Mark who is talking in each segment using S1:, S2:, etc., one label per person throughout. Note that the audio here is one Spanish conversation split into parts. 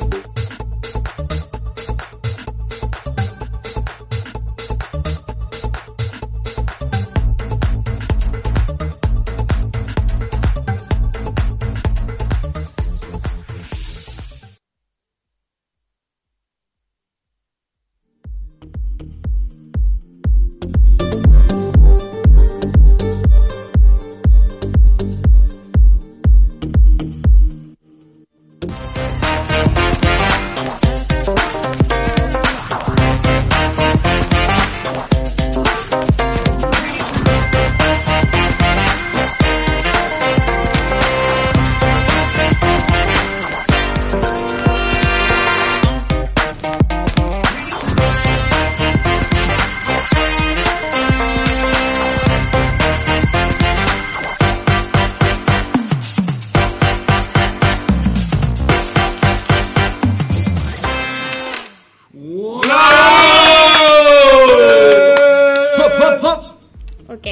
S1: Ok.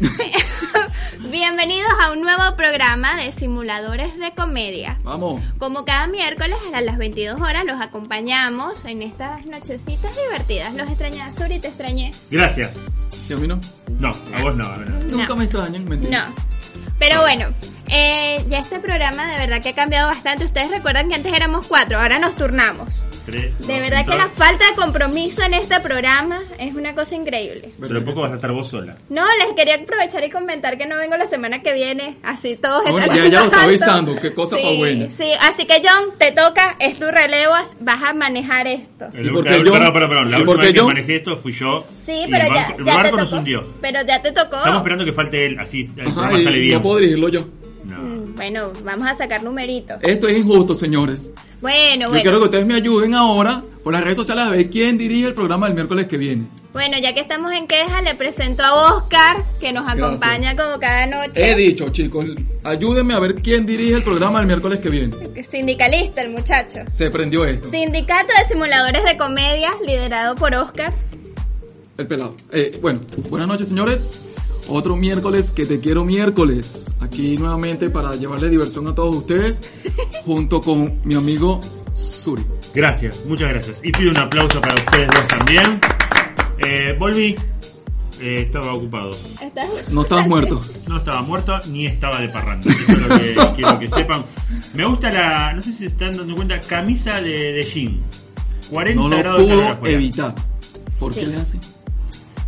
S1: Bienvenidos a un nuevo programa de simuladores de comedia.
S2: Vamos.
S1: Como cada miércoles a las 22 horas los acompañamos en estas nochecitas divertidas. Los extrañé Azuri, te extrañé.
S3: Gracias.
S2: ¿Sí, a mí no?
S3: No, a vos no. a ver.
S2: Nunca me extrañan, mentira.
S1: No. Pero bueno, eh, ya este programa de verdad que ha cambiado bastante. Ustedes recuerdan que antes éramos cuatro, ahora nos turnamos.
S3: Tres,
S1: De
S3: dos,
S1: verdad que
S3: dos.
S1: la falta de compromiso en este programa es una cosa increíble.
S3: Pero poco vas a estar vos sola.
S1: No, les quería aprovechar y comentar que no vengo la semana que viene, así todos
S2: Bueno,
S1: están
S2: ya- ya lo está
S1: al tanto.
S2: avisando, qué cosa
S1: sí,
S2: pa' buena.
S1: Sí, así que John, te toca, es tu relevo, vas a manejar esto.
S3: El
S2: ¿Y por
S3: último-
S2: qué yo?
S3: Perdón, perdón, perdón. La
S2: ¿Y por
S3: última
S2: qué
S3: vez que
S2: yo?
S3: manejé esto fui yo.
S1: Sí,
S3: y
S1: pero
S3: el
S1: ya,
S3: barco, el
S1: ya te
S3: barco
S1: tocó. Oh.
S3: nos hundió.
S1: Pero ya te tocó.
S3: Estamos esperando que falte él, así el programa
S2: Ajá,
S3: sale
S2: y
S3: bien.
S2: no puedo dirigirlo yo.
S3: No.
S1: Mm, Bueno, vamos a sacar numeritos.
S2: Esto es injusto, señores.
S1: Bueno,
S2: Eh, Yo quiero
S1: bueno.
S2: que ustedes me ayuden ahora por las redes sociales a ver quién dirige el programa el miércoles que viene.
S1: Bueno, ya que estamos en queja, le presento a Oscar, que nos
S2: Gracias.
S1: acompaña como cada noche.
S2: He dicho, chicos, ayúdenme a ver quién dirige el programa el miércoles que viene.
S1: Sindicalista, el muchacho.
S2: Se prendió esto.
S1: Sindicato de Simuladores de Comedia, liderado por Oscar.
S2: El pelado. Eh, bueno, buenas noches, señores. Otro miércoles que te quiero miércoles. Aquí nuevamente para llevarle diversión a todos ustedes, junto con mi amigo Suri.
S3: Gracias, muchas gracias. Y pido un aplauso para ustedes dos también. Eh, volví. Eh, estaba ocupado.
S1: ¿Estás?
S2: No estás muerto.
S3: No estaba muerto ni estaba de parranda. Eso es lo que quiero que sepan. Me gusta la, no sé si se están dando cuenta, camisa de, de jean. 40
S2: No lo
S3: grados de calor
S2: pudo
S3: afuera.
S2: evitar. ¿Por
S1: Sí.
S2: qué le hacen?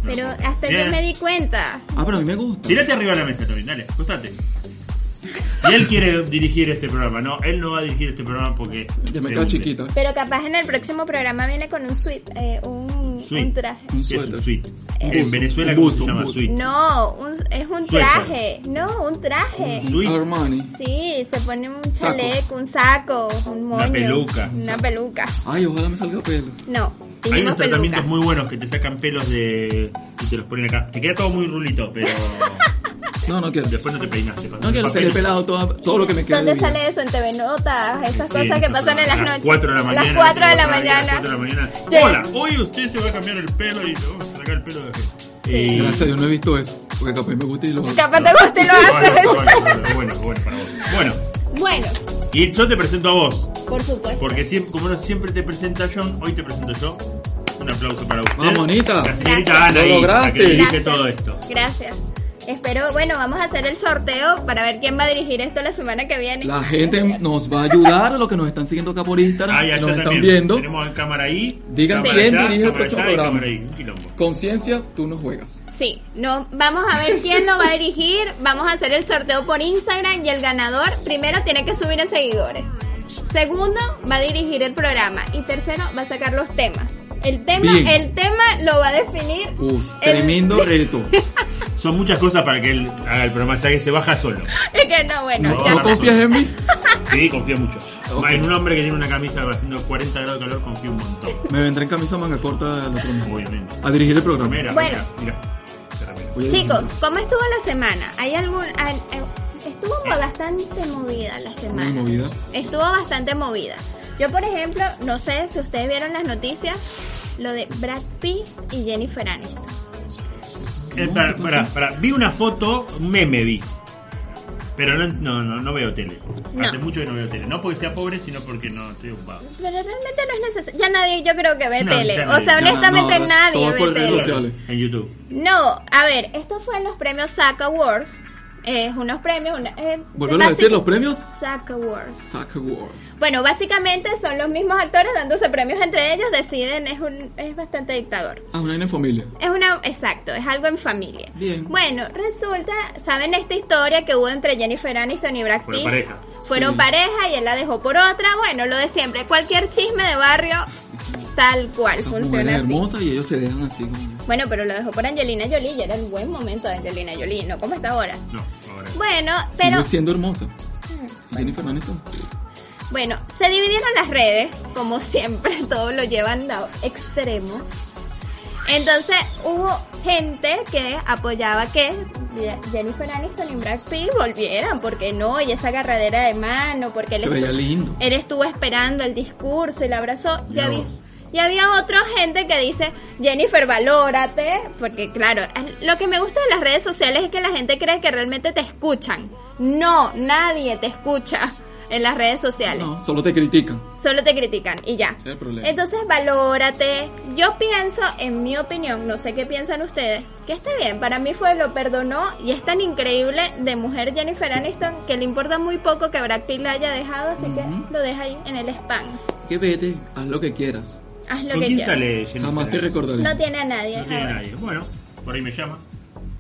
S1: Pero hasta
S3: Bien.
S1: yo me di cuenta.
S2: Ah, pero a mí me gusta.
S3: Tirate arriba de la mesa también, dale, acostate. Y él quiere dirigir este programa, no, él no va a dirigir este programa porque.
S2: Ya me
S3: se
S2: queda
S3: hunde.
S2: chiquita.
S1: Pero capaz en el próximo programa viene con un suite, eh, un,
S3: Suite.
S1: un traje.
S2: Un
S3: Es un
S2: suéter.
S3: suite.
S2: Un
S3: en
S2: buzo,
S3: Venezuela,
S2: un
S3: ¿cómo
S2: buzo,
S3: se
S2: un
S3: llama?
S2: buzo.
S3: Suite.
S1: No, un- es un
S3: Suéter.
S1: traje. No, un traje.
S3: Suite.
S2: Armani.
S1: Sí, se pone un
S2: Sacos.
S1: chaleco, un saco, un moño.
S3: Una peluca.
S1: Una peluca.
S2: Ay, ojalá me salga pelo.
S1: No,
S3: Hay unos
S1: dijimos peluca.
S3: tratamientos muy buenos que te sacan pelos de. y te los ponen acá. Te queda todo muy rulito, pero.
S2: No, no quiero.
S3: después no te peinaste. pasas
S2: No
S3: el
S2: quiero
S3: papel.
S2: ser pelado toda- todo lo que me queda.
S1: ¿Dónde
S2: de vida.
S1: sale eso? En TV Notas, esas
S3: Sí,
S1: cosas que
S3: no,
S1: pasan en las noches.
S3: 4 de la mañana.
S1: Las 4 de la
S3: a las
S1: mañana.
S3: cuatro de la mañana.
S1: Sí.
S3: Hola, hoy usted se va a cambiar el pelo y te vamos a sacar el pelo de. Y-
S2: Gracias a Dios no he visto eso. Porque capaz me gusta y lo hago.
S1: Capaz te guste y lo haces.
S3: Bueno, bueno, bueno, bueno, para vos. Bueno,
S1: Bueno,
S3: y yo te presento a vos.
S1: por supuesto.
S3: Porque siempre, como no siempre te presenta John, hoy te presento yo. Un aplauso para usted.
S2: Vamos, Anita.
S3: La señorita
S1: Gracias.
S3: Ana,
S2: Lo
S3: ahí, la
S2: lograste.
S3: que dirige
S1: Gracias.
S3: todo esto.
S1: Gracias. Espero, bueno, vamos a hacer el sorteo para ver quién va a dirigir esto la semana que viene.
S2: La gente nos va a ayudar, los que nos están siguiendo acá por Instagram,
S3: Ah, y allá
S2: que nos están
S3: también.
S2: viendo.
S3: Tenemos en cámara ahí.
S2: Digan
S3: cámara
S2: quién
S3: allá,
S2: dirige el
S3: cámara
S2: próximo
S3: allá y
S2: programa.
S3: cámara ahí. Un quilombo.
S2: Conciencia, tú no juegas.
S1: Sí, no, vamos a ver quién lo va a dirigir. Vamos a hacer el sorteo por Instagram y el ganador primero tiene que subir en seguidores. Segundo, va a dirigir el programa. Y tercero, va a sacar los temas. El tema,
S2: Bien. Uh.
S1: el tema lo va a definir.
S2: Uf,
S1: el-
S2: tremendo reto.
S3: Son muchas cosas para que él haga el programa, ya que se baja solo.
S1: Es que no, bueno.
S3: No.
S1: ya.
S2: ¿No confías en mí?
S3: Sí, confío mucho.
S2: Ok.
S3: En un hombre que tiene una camisa haciendo 40 grados de calor, confío un montón.
S2: Me vendré en camisa manga corta el otro mes.
S3: Obviamente.
S2: A dirigir el programa.
S3: Remera,
S1: Bueno.
S3: mira, mira. Remera.
S2: Voy a dirigir.
S1: Chicos, ¿cómo estuvo la semana? ¿Hay algún.? al- eh, estuvo mo- bastante movida la semana.
S2: Muy movida.
S1: Estuvo bastante movida. Yo, por ejemplo, no sé si ustedes vieron las noticias, lo de Brad Pitt y Jennifer Aniston.
S3: Eh, para, para, para. Vi una foto, un meme vi. Pero no, no, no, no veo tele.
S1: No.
S3: Hace mucho que no veo tele. No porque sea pobre, sino porque no estoy ocupado.
S1: Pero realmente no es necesario. Ya nadie, yo creo que ve
S3: No,
S1: tele.
S3: ya
S1: O sea,
S3: nadie.
S1: honestamente
S2: No, no,
S1: nadie
S2: todo
S1: ve
S2: por redes
S1: tele.
S2: sociales. Dale.
S3: En YouTube.
S1: No, a ver, esto fue en los premios SAC Awards. Es unos premios. Una, eh,
S2: Volvemos a decir
S1: básica-
S2: los premios.
S1: SAC Awards.
S2: Sack Awards.
S1: Bueno, básicamente son los mismos actores dándose premios entre ellos, deciden, es, un, es bastante dictador.
S2: Ah, una en familia.
S1: Es una, exacto, es algo en familia.
S2: Bien.
S1: Bueno, resulta, ¿saben esta historia que hubo entre Jennifer Aniston y Brad Pitt?
S3: Fueron pareja.
S1: Fueron
S2: Sí.
S1: pareja y él la dejó por otra. Bueno, lo de siempre, cualquier chisme de barrio, tal cual,
S2: Esas mujeres
S1: funciona así.
S2: hermosas y ellos se dejan así. como-
S1: Bueno, pero lo dejó por Angelina Jolie y era el buen momento de Angelina Jolie, no como está ahora.
S3: No, ahora.
S1: Bueno,
S2: Sigue
S1: pero Mm.
S2: siendo hermosa. Jennifer Aniston.
S1: bueno, se dividieron las redes, como siempre, todo lo llevan a extremo. Entonces hubo gente que apoyaba que Jennifer Aniston y Brad Pitt volvieran, porque no, y esa agarradera de mano, porque él
S2: Se veía
S1: estu-
S2: lindo.
S1: Él estuvo esperando el discurso y la abrazó. Y
S3: Ya
S1: había,
S3: vos.
S1: y había otra gente que dice, Jennifer, valórate. Porque claro, lo que me gusta de las redes sociales es que la gente cree que realmente te escuchan. No, nadie te escucha en las redes sociales.
S2: No, solo te critican.
S1: Solo te critican y ya.
S2: Ese es el problema.
S1: Entonces, valórate. Yo pienso, en mi opinión, no sé qué piensan ustedes, que está bien. Para mí fue lo perdonó y es tan increíble de mujer Jennifer Aniston que le importa muy poco que Brad Pitt la haya dejado, así que lo deja ahí en el spam.
S2: Que vete, haz lo que quieras.
S1: Haz lo
S3: ¿Con
S1: que
S3: quién
S1: quieras.
S3: sale Jennifer?
S2: Jamás te recordaré.
S1: No tiene a nadie.
S3: No tiene nadie. Bueno, por ahí me llama.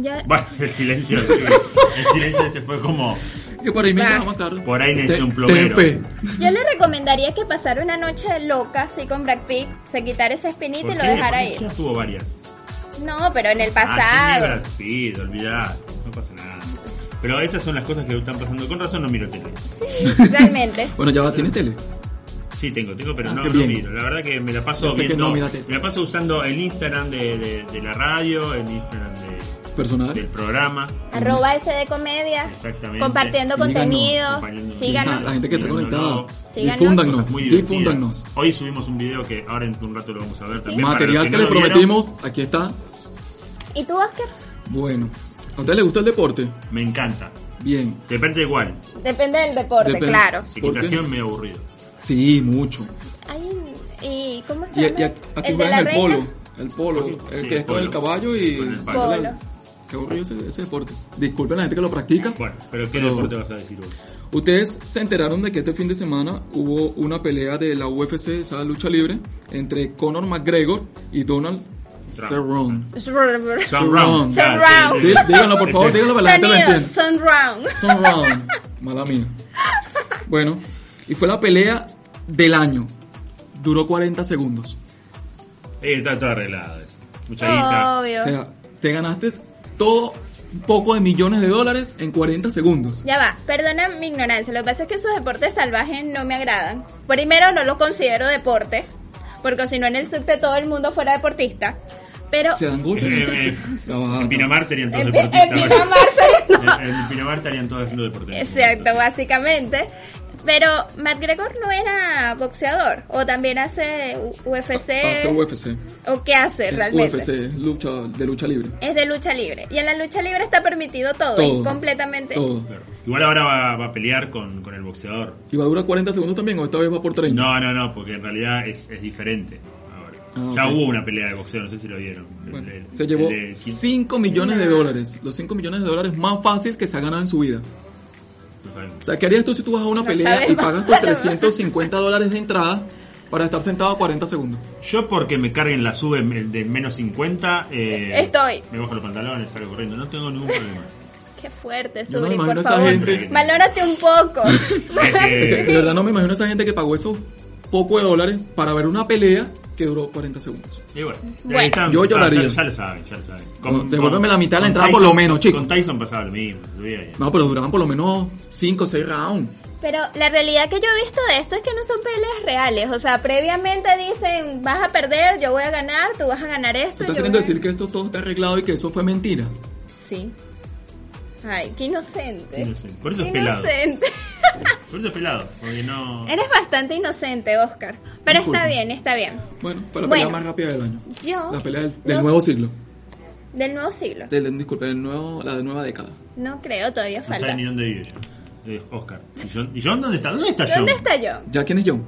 S1: Yo-
S3: Bueno, el silencio. sí. El silencio se fue como.
S2: Que por ahí me
S1: Va.
S2: van a matar.
S3: Por ahí necesito
S2: Te-
S3: un plomero.
S2: ten fe.
S1: Yo le recomendaría que pasara una noche loca así con Brad Pitt, se quitara esa espinita
S3: ¿Por
S1: y lo
S3: qué?
S1: dejara
S3: ¿Por qué
S1: ir.
S3: Ya tuvo varias.
S1: No, pero en el pasado.
S3: Ah, sí, olvidá. No pasa nada. Pero esas son las cosas que están pasando. Con razón no miro tele.
S1: realmente.
S2: Bueno, ya va, tienes tele.
S3: Sí, tengo, tengo, pero
S2: Ah,
S3: no,
S2: qué
S3: no
S2: bien.
S3: miro. La verdad que me la paso
S2: Ya sé que
S3: viendo.
S2: no, mírate.
S3: me la paso usando el Instagram de, de- de la radio, el Instagram de- del
S2: Personal.
S3: programa.
S1: Arroba SD de comedia.
S3: Exactamente.
S1: Compartiendo
S2: Síganos.
S1: contenido.
S3: Acompañándonos.
S2: Ah,
S1: Síganos.
S2: la gente que está
S3: Mirándolo.
S2: conectada.
S1: Síganos.
S2: Difúndanos.
S3: Cosas muy divertidas.
S2: Difúndanos.
S3: Hoy subimos un video que ahora en un rato lo vamos a ver también. para los
S2: Material que
S3: no
S2: le
S3: lo vieron.
S2: prometimos, aquí está. ah.
S1: ¿Y tú, Oscar?
S2: Bueno. ¿A usted le gusta el deporte?
S3: Me encanta.
S2: Bien.
S3: Depende igual.
S1: Depende del deporte,
S2: Depende.
S1: claro.
S2: ¿Por qué?
S3: Equitación medio aburrido.
S2: Sí, mucho.
S1: Ay, ¿Y cómo se
S2: Y, y
S1: llama?
S2: aquí
S1: el de
S2: juegan
S1: la
S2: el
S1: reina.
S2: polo. El polo. El
S3: Sí,
S2: que es con
S3: polo.
S2: el caballo y.
S3: Con el palo.
S1: Polo.
S2: Qué aburrido ese, ese deporte. Disculpen a la gente que lo practica.
S3: Bueno, pero ¿qué
S2: Pero-
S3: deporte vas a decir vos?
S2: Ustedes se enteraron de que este fin de semana hubo una pelea de la UFC, esa lucha libre, entre Conor McGregor y Donald
S3: Trump.
S2: Cerrone.
S3: Son round.
S2: Son round.
S3: Ya,
S1: Son round.
S3: sí, sí,
S2: Dí-
S3: sí.
S2: Díganlo, por favor,
S3: Ese-
S2: díganlo para la gente lo
S1: Sonidos,
S2: entienda.
S1: son round.
S2: Cerrone. Mala mía. Bueno, y fue la pelea del año. Duró 40 segundos.
S3: Eh, está todo arreglado. eso. Mucha guita.
S2: O
S1: Obvio.
S2: sea, te ganaste todo un poco de millones de dólares en 40 segundos.
S1: Ya va, perdona mi ignorancia. Lo que pasa es que esos deportes salvajes no me agradan. Primero, no los considero deporte, porque si no en el subte todo el mundo fuera deportista. Pero em-
S2: Se dan golpes. no sé.
S3: Eh, eh,
S2: Ya va,
S3: En Pinamar serían todos
S1: en, Pi-
S3: deportistas.
S1: en Pinamar se-
S3: ahora. En- en Pinamar estarían todos haciendo deporte.
S1: Exacto, básicamente. Pero Matt Gregor no era boxeador, o también hace U- UFC,
S2: Hace UFC.
S1: o qué hace
S2: Es
S1: realmente.
S2: UFC, es lucha, de lucha libre.
S1: Es de lucha libre. Y en la lucha libre está permitido todo,
S2: Todo.
S1: y completamente.
S2: Todo.
S3: Claro. Igual ahora va, va a pelear con, con el boxeador.
S2: ¿Y va a durar 40 segundos también o esta vez va por 30?
S3: No, no, no, porque en realidad es, es diferente. ahora.
S2: Ah,
S3: ya
S2: ok.
S3: hubo una pelea de boxeo, no sé si lo vieron. El-
S2: Bueno,
S3: el-
S2: se llevó
S3: el de Kim-
S2: 5 millones de dólares. Los 5 millones de dólares más fácil que se ha ganado en su vida.
S3: no sabemos.
S2: O sea, ¿qué harías tú si tú vas a una
S1: No
S2: pelea y
S1: sabemos.
S2: pagas tus 350 dólares de entrada para estar sentado 40 segundos?
S3: Yo porque me carguen la sube me- de menos 50... eh,
S1: Estoy.
S3: Me bajo los pantalones, salgo corriendo. No tengo ningún problema.
S1: Qué fuerte,
S2: Yo no me
S1: Zuri,
S2: imagino
S1: por
S2: esa
S1: favor.
S2: gente.
S1: Valórate un poco.
S3: Es que-
S2: De verdad no me imagino esa gente que pagó esos poco de dólares para ver una pelea que duró 40 segundos.
S3: Y bueno, ahí
S1: Bueno.
S3: están.
S2: Yo
S3: Ah,
S2: lloraría.
S3: Ya, ya lo saben, ya lo saben.
S2: No, devuélveme la mitad de la
S3: con
S2: entrada por
S3: Tyson-
S2: lo menos, chico.
S3: Con Tyson pasaba lo mismo. lo veía bien.
S2: No, pero duraban por lo menos 5 o 6 rounds.
S1: Pero la realidad que yo he visto de esto es que no son peleas reales. O sea, previamente dicen, vas a perder, yo voy a ganar, tú vas a ganar esto.
S2: ¿Tú
S1: yo
S2: estás
S1: voy
S2: queriendo
S1: a-
S2: decir que esto todo está arreglado y que eso fue mentira?
S1: Sí. Ay, qué inocente.
S3: Inocente. Por eso
S1: Qué
S3: es pelado.
S1: inocente.
S3: Por eso es pelado. Porque no.
S1: Eres bastante inocente, Oscar. Pero
S2: Disculpa.
S1: está bien, está bien.
S2: Bueno, fue la
S1: Bueno.
S2: pelea más rápida del año.
S1: Yo.
S2: La pelea del, del
S1: no-
S2: nuevo siglo.
S1: Del nuevo siglo.
S2: Del, disculpe, del nuevo, la nueva década.
S1: No creo, todavía
S3: No
S1: falta.
S3: sabe ni dónde vive John. Eh, Oscar. ¿Y John, ¿Y John dónde está? ¿Dónde está John?
S1: ¿Dónde está John?
S2: ¿Ya quién es John?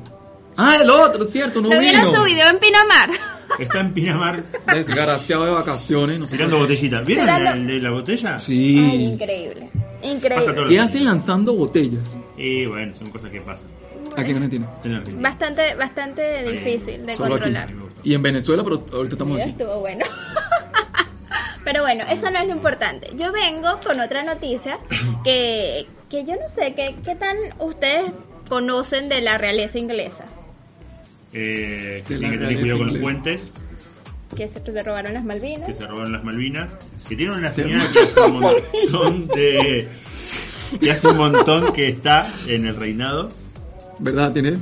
S2: Ah, el otro, cierto, no
S1: Lo vieron
S2: vino.
S1: su video en Pinamar.
S3: Está en Pinamar
S2: Desgraciado de vacaciones. No sé
S3: tirando
S2: por qué.
S3: botellitas. ¿Vieron
S1: Tirando-
S3: el de la botella?
S1: Ay,
S2: Sí.
S1: increíble.
S3: Pasa
S1: Increíble.
S3: todo
S2: ¿Qué hacen lanzando botellas
S3: Y bueno, son cosas que pasan
S2: aquí en Argentina?
S3: en Argentina.
S1: Bastante, bastante difícil de
S2: Solo aquí.
S1: controlar.
S2: Y en Venezuela, pero ahorita estamos
S1: Ya
S2: aquí.
S1: estuvo bueno. Pero bueno, eso no es lo importante. Yo vengo con otra noticia que, que yo no sé qué qué tan ustedes conocen de la realeza inglesa.
S3: Eh, que
S2: De
S3: tienen que
S2: la
S3: tener cuidado con los
S2: realeza
S3: puentes,
S1: Que se, se robaron las Malvinas.
S3: que se robaron las Malvinas, que tienen una
S2: Se
S3: señora que hace un montón de. que hace un montón que está en el reinado.
S2: ¿Verdad? Tiene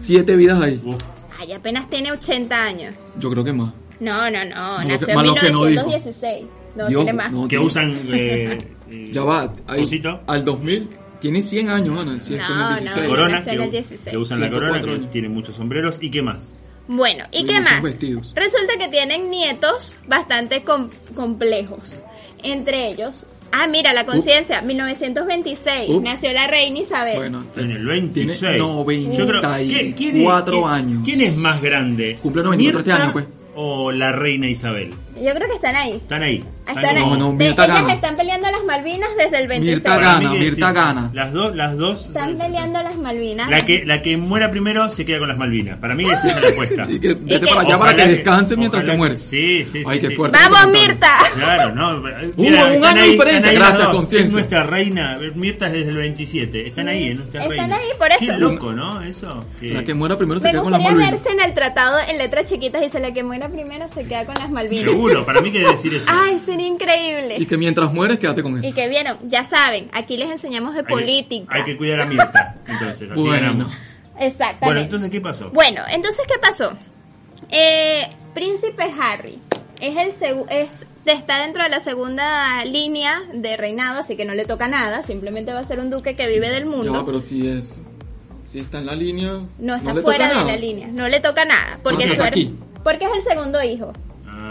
S2: siete vidas ahí.
S3: Uf,
S1: Ay, apenas tiene 80 años.
S2: Yo creo que más.
S1: No, no, no.
S2: Malo que-
S1: nació en
S2: malo que no dijo.
S1: 1916. No,
S2: Dios,
S1: tiene más.
S2: no,
S3: que
S2: tiene-
S3: usan. eh, eh,
S2: Ya va. ahí- Ah,
S3: cosito.
S2: al 2000. Tiene 100 años, Ana. el 100 con
S1: No,
S2: el
S1: no,
S2: 16.
S3: La
S1: no.
S3: corona,
S1: nació en el
S3: que,
S1: 16.
S3: que usan la corona,
S2: 104
S3: que
S2: años.
S3: tiene muchos sombreros. ¿Y qué más?
S1: Bueno, ¿y
S2: Y
S1: qué
S2: muchos
S1: más?
S2: vestidos.
S1: Resulta que tienen nietos bastante com- complejos. Entre ellos, ah, mira, la conciencia, 1926,
S2: Uh. Ups.
S1: nació la reina Isabel.
S2: Bueno,
S3: En el 26.
S2: Tiene
S3: Yo creo- ¿quién- quién es-
S2: 94
S3: quién-
S2: años.
S3: ¿Quién es más grande?
S2: Cumplió 94 este
S3: ¿Mirta
S2: año, pues.
S3: ¿O la reina Isabel?
S1: Yo creo que están ahí.
S3: Están ahí.
S1: Están ahí.
S2: No, no,
S1: De-
S2: Mirta
S1: ellas
S2: gana.
S1: están peleando las Malvinas desde el 26.
S2: Mirta
S3: Para mí
S2: Gana,
S3: que
S2: Mirta
S3: sí.
S2: gana.
S3: Las dos, las dos. eh,
S1: Están peleando las Malvinas.
S3: La que, la que muera primero se queda con las Malvinas. Para mí esa es la apuesta.
S2: Y que vete
S1: que-
S2: para allá para
S3: Ojalá
S2: que descanse mientras
S3: ojalá
S2: te mueres.
S3: Sí, sí,
S2: Ay,
S3: sí,
S2: qué
S3: sí.
S2: fuerte.
S1: ¡Vamos, Mirta!
S3: Claro, no.
S2: Hubo un
S3: están
S2: año de diferencia.
S3: están las
S2: Gracias,
S3: dos.
S2: conciencia.
S3: Es nuestra reina. Mirta es desde el 27. Están ahí, es nuestra
S1: Están
S3: reina.
S1: ahí, por eso.
S3: Qué loco, ¿no? Eso. que-
S2: La que muera primero se
S1: Me
S2: queda con las
S1: gustaría
S2: Malvinas.
S1: verse en el tratado en letras chiquitas y dice la que muera primero se queda con las Malvinas.
S3: Seguro, para mí que decir eso.
S1: Ay, sería increíble.
S2: Y que mientras mueres, quédate con
S1: Y
S2: eso.
S1: que vieron, ya saben, aquí les enseñamos de
S3: Hay que-
S1: política.
S3: Hay que cuidar a Mirta. Entonces, así
S2: Bueno,
S3: ganamos.
S1: Exactamente.
S3: Bueno, entonces, ¿qué pasó?
S1: Bueno, entonces, ¿qué pasó? Eh, Príncipe Harry es el segu- es, está dentro de la segunda línea de reinado, así que no le toca nada, simplemente va a ser un duque que vive del
S2: ya
S1: mundo.
S2: va, pero si es. Si está en la línea.
S1: no está
S2: le
S1: fuera
S2: toca
S1: de
S2: nada.
S1: la línea, no le toca nada, porque,
S2: Porque está
S1: suer-
S2: aquí.
S1: porque es el segundo hijo.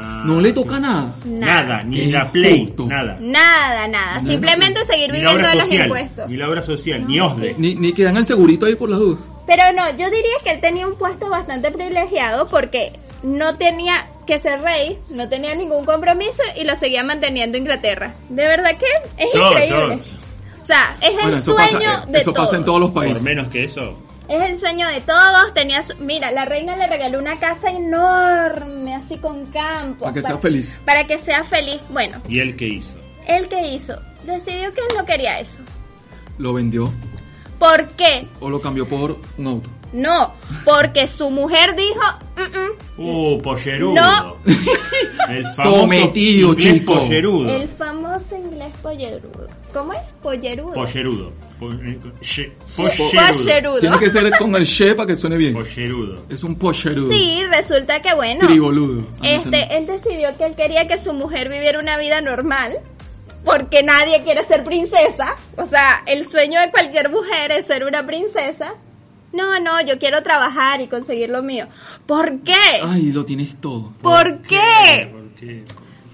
S3: Ah,
S2: No le toca nada.
S1: Nada.
S3: Nada, ni
S2: Qué
S3: la Play,
S2: injusto.
S3: nada.
S1: Nada, nada. Simplemente seguir
S3: Ni la
S1: viviendo
S3: obra
S1: de los
S3: social,
S1: impuestos.
S3: Ni la obra social, ni OSDE.
S2: Ni, ni que dan el segurito ahí por las dudas.
S1: Pero no, yo diría que él tenía un puesto bastante privilegiado porque no tenía que ser rey, no tenía ningún compromiso y lo seguía manteniendo Inglaterra. De verdad que es
S3: Yo,
S1: increíble. O sea, es
S2: Bueno,
S1: el
S2: eso
S1: sueño
S2: pasa, eh,
S1: de
S2: eso
S1: todos.
S2: pasa en todos los
S3: yo,
S2: países.
S3: por menos que eso.
S1: Es el sueño de todos. Tenía su- Mira, la reina le regaló una casa enorme, así con campo.
S2: Para que sea feliz.
S1: Para que sea feliz. Bueno,
S3: ¿Y él qué hizo?
S1: él que hizo, decidió que él no quería eso.
S2: Lo vendió
S1: ¿Por qué?
S2: o lo cambió por un auto.
S1: No, porque su mujer dijo, "Mm, mm,
S3: Uh, pollerudo.
S1: No.
S3: El
S2: Sometido,
S3: inglés
S2: chico.
S3: Pollerudo.
S1: El famoso inglés pollerudo. ¿Cómo es pollerudo?
S3: Pollerudo. Po- eh, she- Pollerudo.
S1: Pollerudo.
S2: Tiene que ser con el che para que suene bien.
S3: Pollerudo.
S2: Es un pocherudo.
S1: Sí, resulta que bueno.
S2: Triboludo. Ah, no sé,
S1: Este, él decidió que él quería que su mujer viviera una vida normal. Porque nadie quiere ser princesa. O sea, el sueño de cualquier mujer es ser una princesa. No, no, yo quiero trabajar y conseguir lo mío. ¿Por qué?
S2: Ay, lo tienes todo.
S1: ¿Por qué?
S3: ¿Por qué?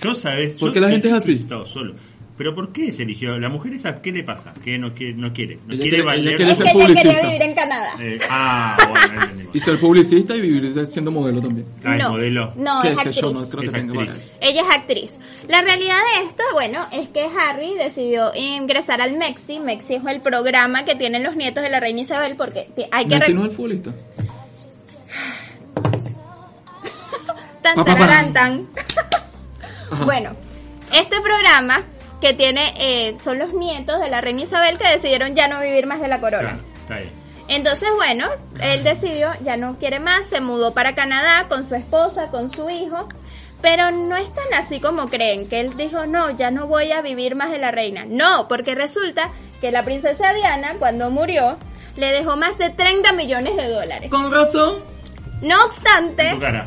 S3: Yo sabes.
S2: ¿Por
S3: yo
S2: qué la
S3: he-
S2: gente es así?
S3: he estado solo. Pero ¿por qué se eligió? La mujer esa, ¿qué le pasa? ¿Qué no quiere? No quiere, no quiere
S2: Ella quiere- ella
S3: valer.
S2: quiere
S1: Es
S2: ser
S1: que ella quería
S2: publicista.
S1: vivir en Canadá.
S3: Eh, ah, bueno, entendimos.
S2: Y ser publicista y vivir de- siendo modelo también.
S3: Ah, el
S1: no,
S3: modelo.
S1: no,
S2: Qué
S1: es
S2: sé
S1: actriz.
S2: yo, no creo que
S3: Es
S2: tenga
S3: actriz.
S2: para eso.
S1: Ella es actriz. La realidad de esto, bueno, es que Harry decidió ingresar al Mexi. Mexi es el programa que tienen los nietos de la reina Isabel porque te- hay que...
S2: Messi
S1: re-
S2: no es el futbolista.
S1: tan,
S2: Pa, pa, pa.
S1: tararán, tan. bueno, este programa que tiene eh, son los nietos de la reina Isabel que decidieron ya no vivir más de la corona.
S3: Claro, está bien.
S1: Entonces, bueno, él decidió, ya no quiere más, se mudó para Canadá con su esposa, con su hijo, pero no es tan así como creen, que él dijo, no, ya no voy a vivir más de la reina. No, porque resulta que la princesa Diana, cuando murió, le dejó más de 30 millones de dólares.
S4: Con razón.
S1: No obstante,
S3: Tu cara.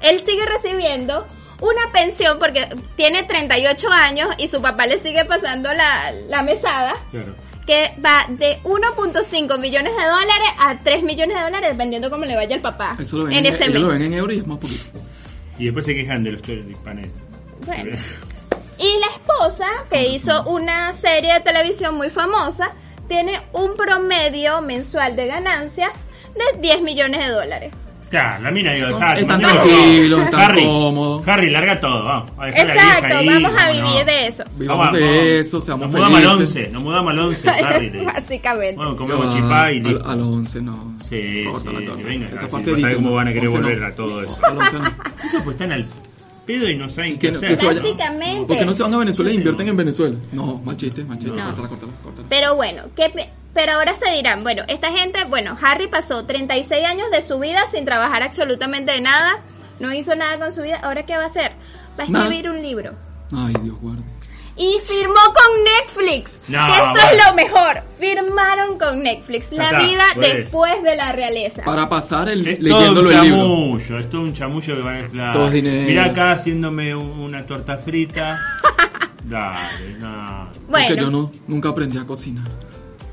S1: él sigue recibiendo una pensión porque tiene 38 años y su papá le sigue pasando la, la mesada
S3: Claro.
S1: que va de 1.5 millones de dólares a 3 millones de dólares dependiendo cómo le vaya el papá
S2: Eso lo ven
S1: en ese
S2: ellos
S1: mes.
S2: lo ven en euros y es más poquito.
S3: Y después se quejan de los hispanes.
S1: Bueno. Y la esposa, que hizo una serie de televisión muy famosa, tiene un promedio mensual de ganancia de 10 millones de dólares.
S3: Claro, la mina digo, ah, te
S2: Están
S3: mandé los
S2: tranquilos,
S3: dos.
S2: están
S3: Harry,
S2: cómodos.
S3: Harry, larga todo, vamos. A dejar a la vieja
S1: Exacto,
S3: ahí,
S1: vamos a
S3: cómo no.
S1: vivir de eso.
S2: Vivamos
S3: Ah, Vamos,
S2: de
S3: vamos.
S2: eso, seamos
S3: nos mudamos al
S2: felices.
S3: 11, nos mudamos al 11, Harry. le digo.
S1: Básicamente.
S3: Bueno,
S2: Ah,
S3: comemos chipá y
S2: al-
S3: listo.
S2: A los 11 no.
S3: Sí,
S2: Corta la
S3: sí,
S2: torta.
S3: venga,
S2: Esta
S3: García,
S2: parte
S3: pues
S2: edítame.
S3: sabe cómo van a querer
S2: 11 no.
S3: volver a todo eso.
S2: A los 11 no.
S3: Esos pues están al pedo y no saben
S2: Sí,
S3: qué
S2: que no-
S3: hacer.
S2: que se vayan.
S1: Básicamente.
S2: Porque no se van a Venezuela e invierten en Venezuela. No, mal chiste, mal chiste. Córtala, córtala, córtala.
S1: Pero bueno, ¿qué pi- pero ahora se dirán, bueno, esta gente, bueno, Harry pasó 36 años de su vida sin trabajar absolutamente de nada, no hizo nada con su vida, ¿ahora qué va a hacer? Va a
S2: Nada.
S1: escribir un libro.
S2: Ay, Dios guarde.
S1: Y firmó con Netflix.
S3: No,
S1: que esto
S3: bueno.
S1: es lo mejor. Firmaron con Netflix.
S3: Ya
S1: La
S3: está,
S1: vida
S3: pues.
S1: después de la realeza.
S2: Para pasar el,
S3: Es todo
S2: leyéndolo
S3: un
S2: el libro. eh.
S3: chamullo, es todo un chamullo que van a mezclar.
S2: Todo es dinero.
S3: Mirá acá haciéndome un- una torta frita. Dale, no.
S1: Bueno,
S2: Porque yo no, nunca aprendí a cocinar.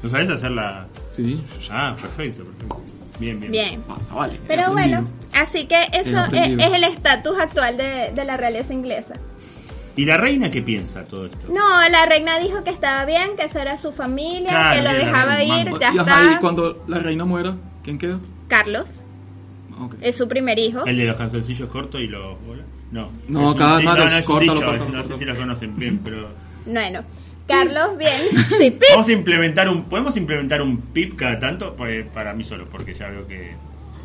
S3: ¿No sabés hacerla?
S2: Sí.
S3: Ah, perfecto, perfecto. Bien, bien.
S1: bien.
S2: Pasa, vale. he
S1: Pero
S2: aprendido.
S1: bueno, así que eso es,
S2: aprendido.
S1: es el estatus actual de, de la realeza inglesa.
S3: ¿Y la reina qué piensa de todo esto?
S1: No, la reina dijo que estaba bien, que esa era su familia,
S3: Claro,
S1: que lo
S3: que era
S1: dejaba
S3: un
S1: ir,
S3: mango.
S1: ya
S2: Y ajá, y
S1: está.
S2: cuando la reina muera, ¿quién queda?
S1: Carlos
S2: Ah, ok.
S1: es su primer hijo.
S3: ¿El de los calzoncillos cortos y los... No.
S2: No,
S3: Es un-
S2: cada
S3: eh,
S2: más los-
S3: es un
S2: córtalo,
S3: dicho,
S2: córtalo,
S3: es- No sé
S2: córtalo.
S3: si los conocen bien, pero...
S1: Bueno, Carlos, bien. Sí, pi.
S3: Vamos a implementar un... ¿Podemos implementar un pip cada tanto? Pues para mí solo, porque ya veo que...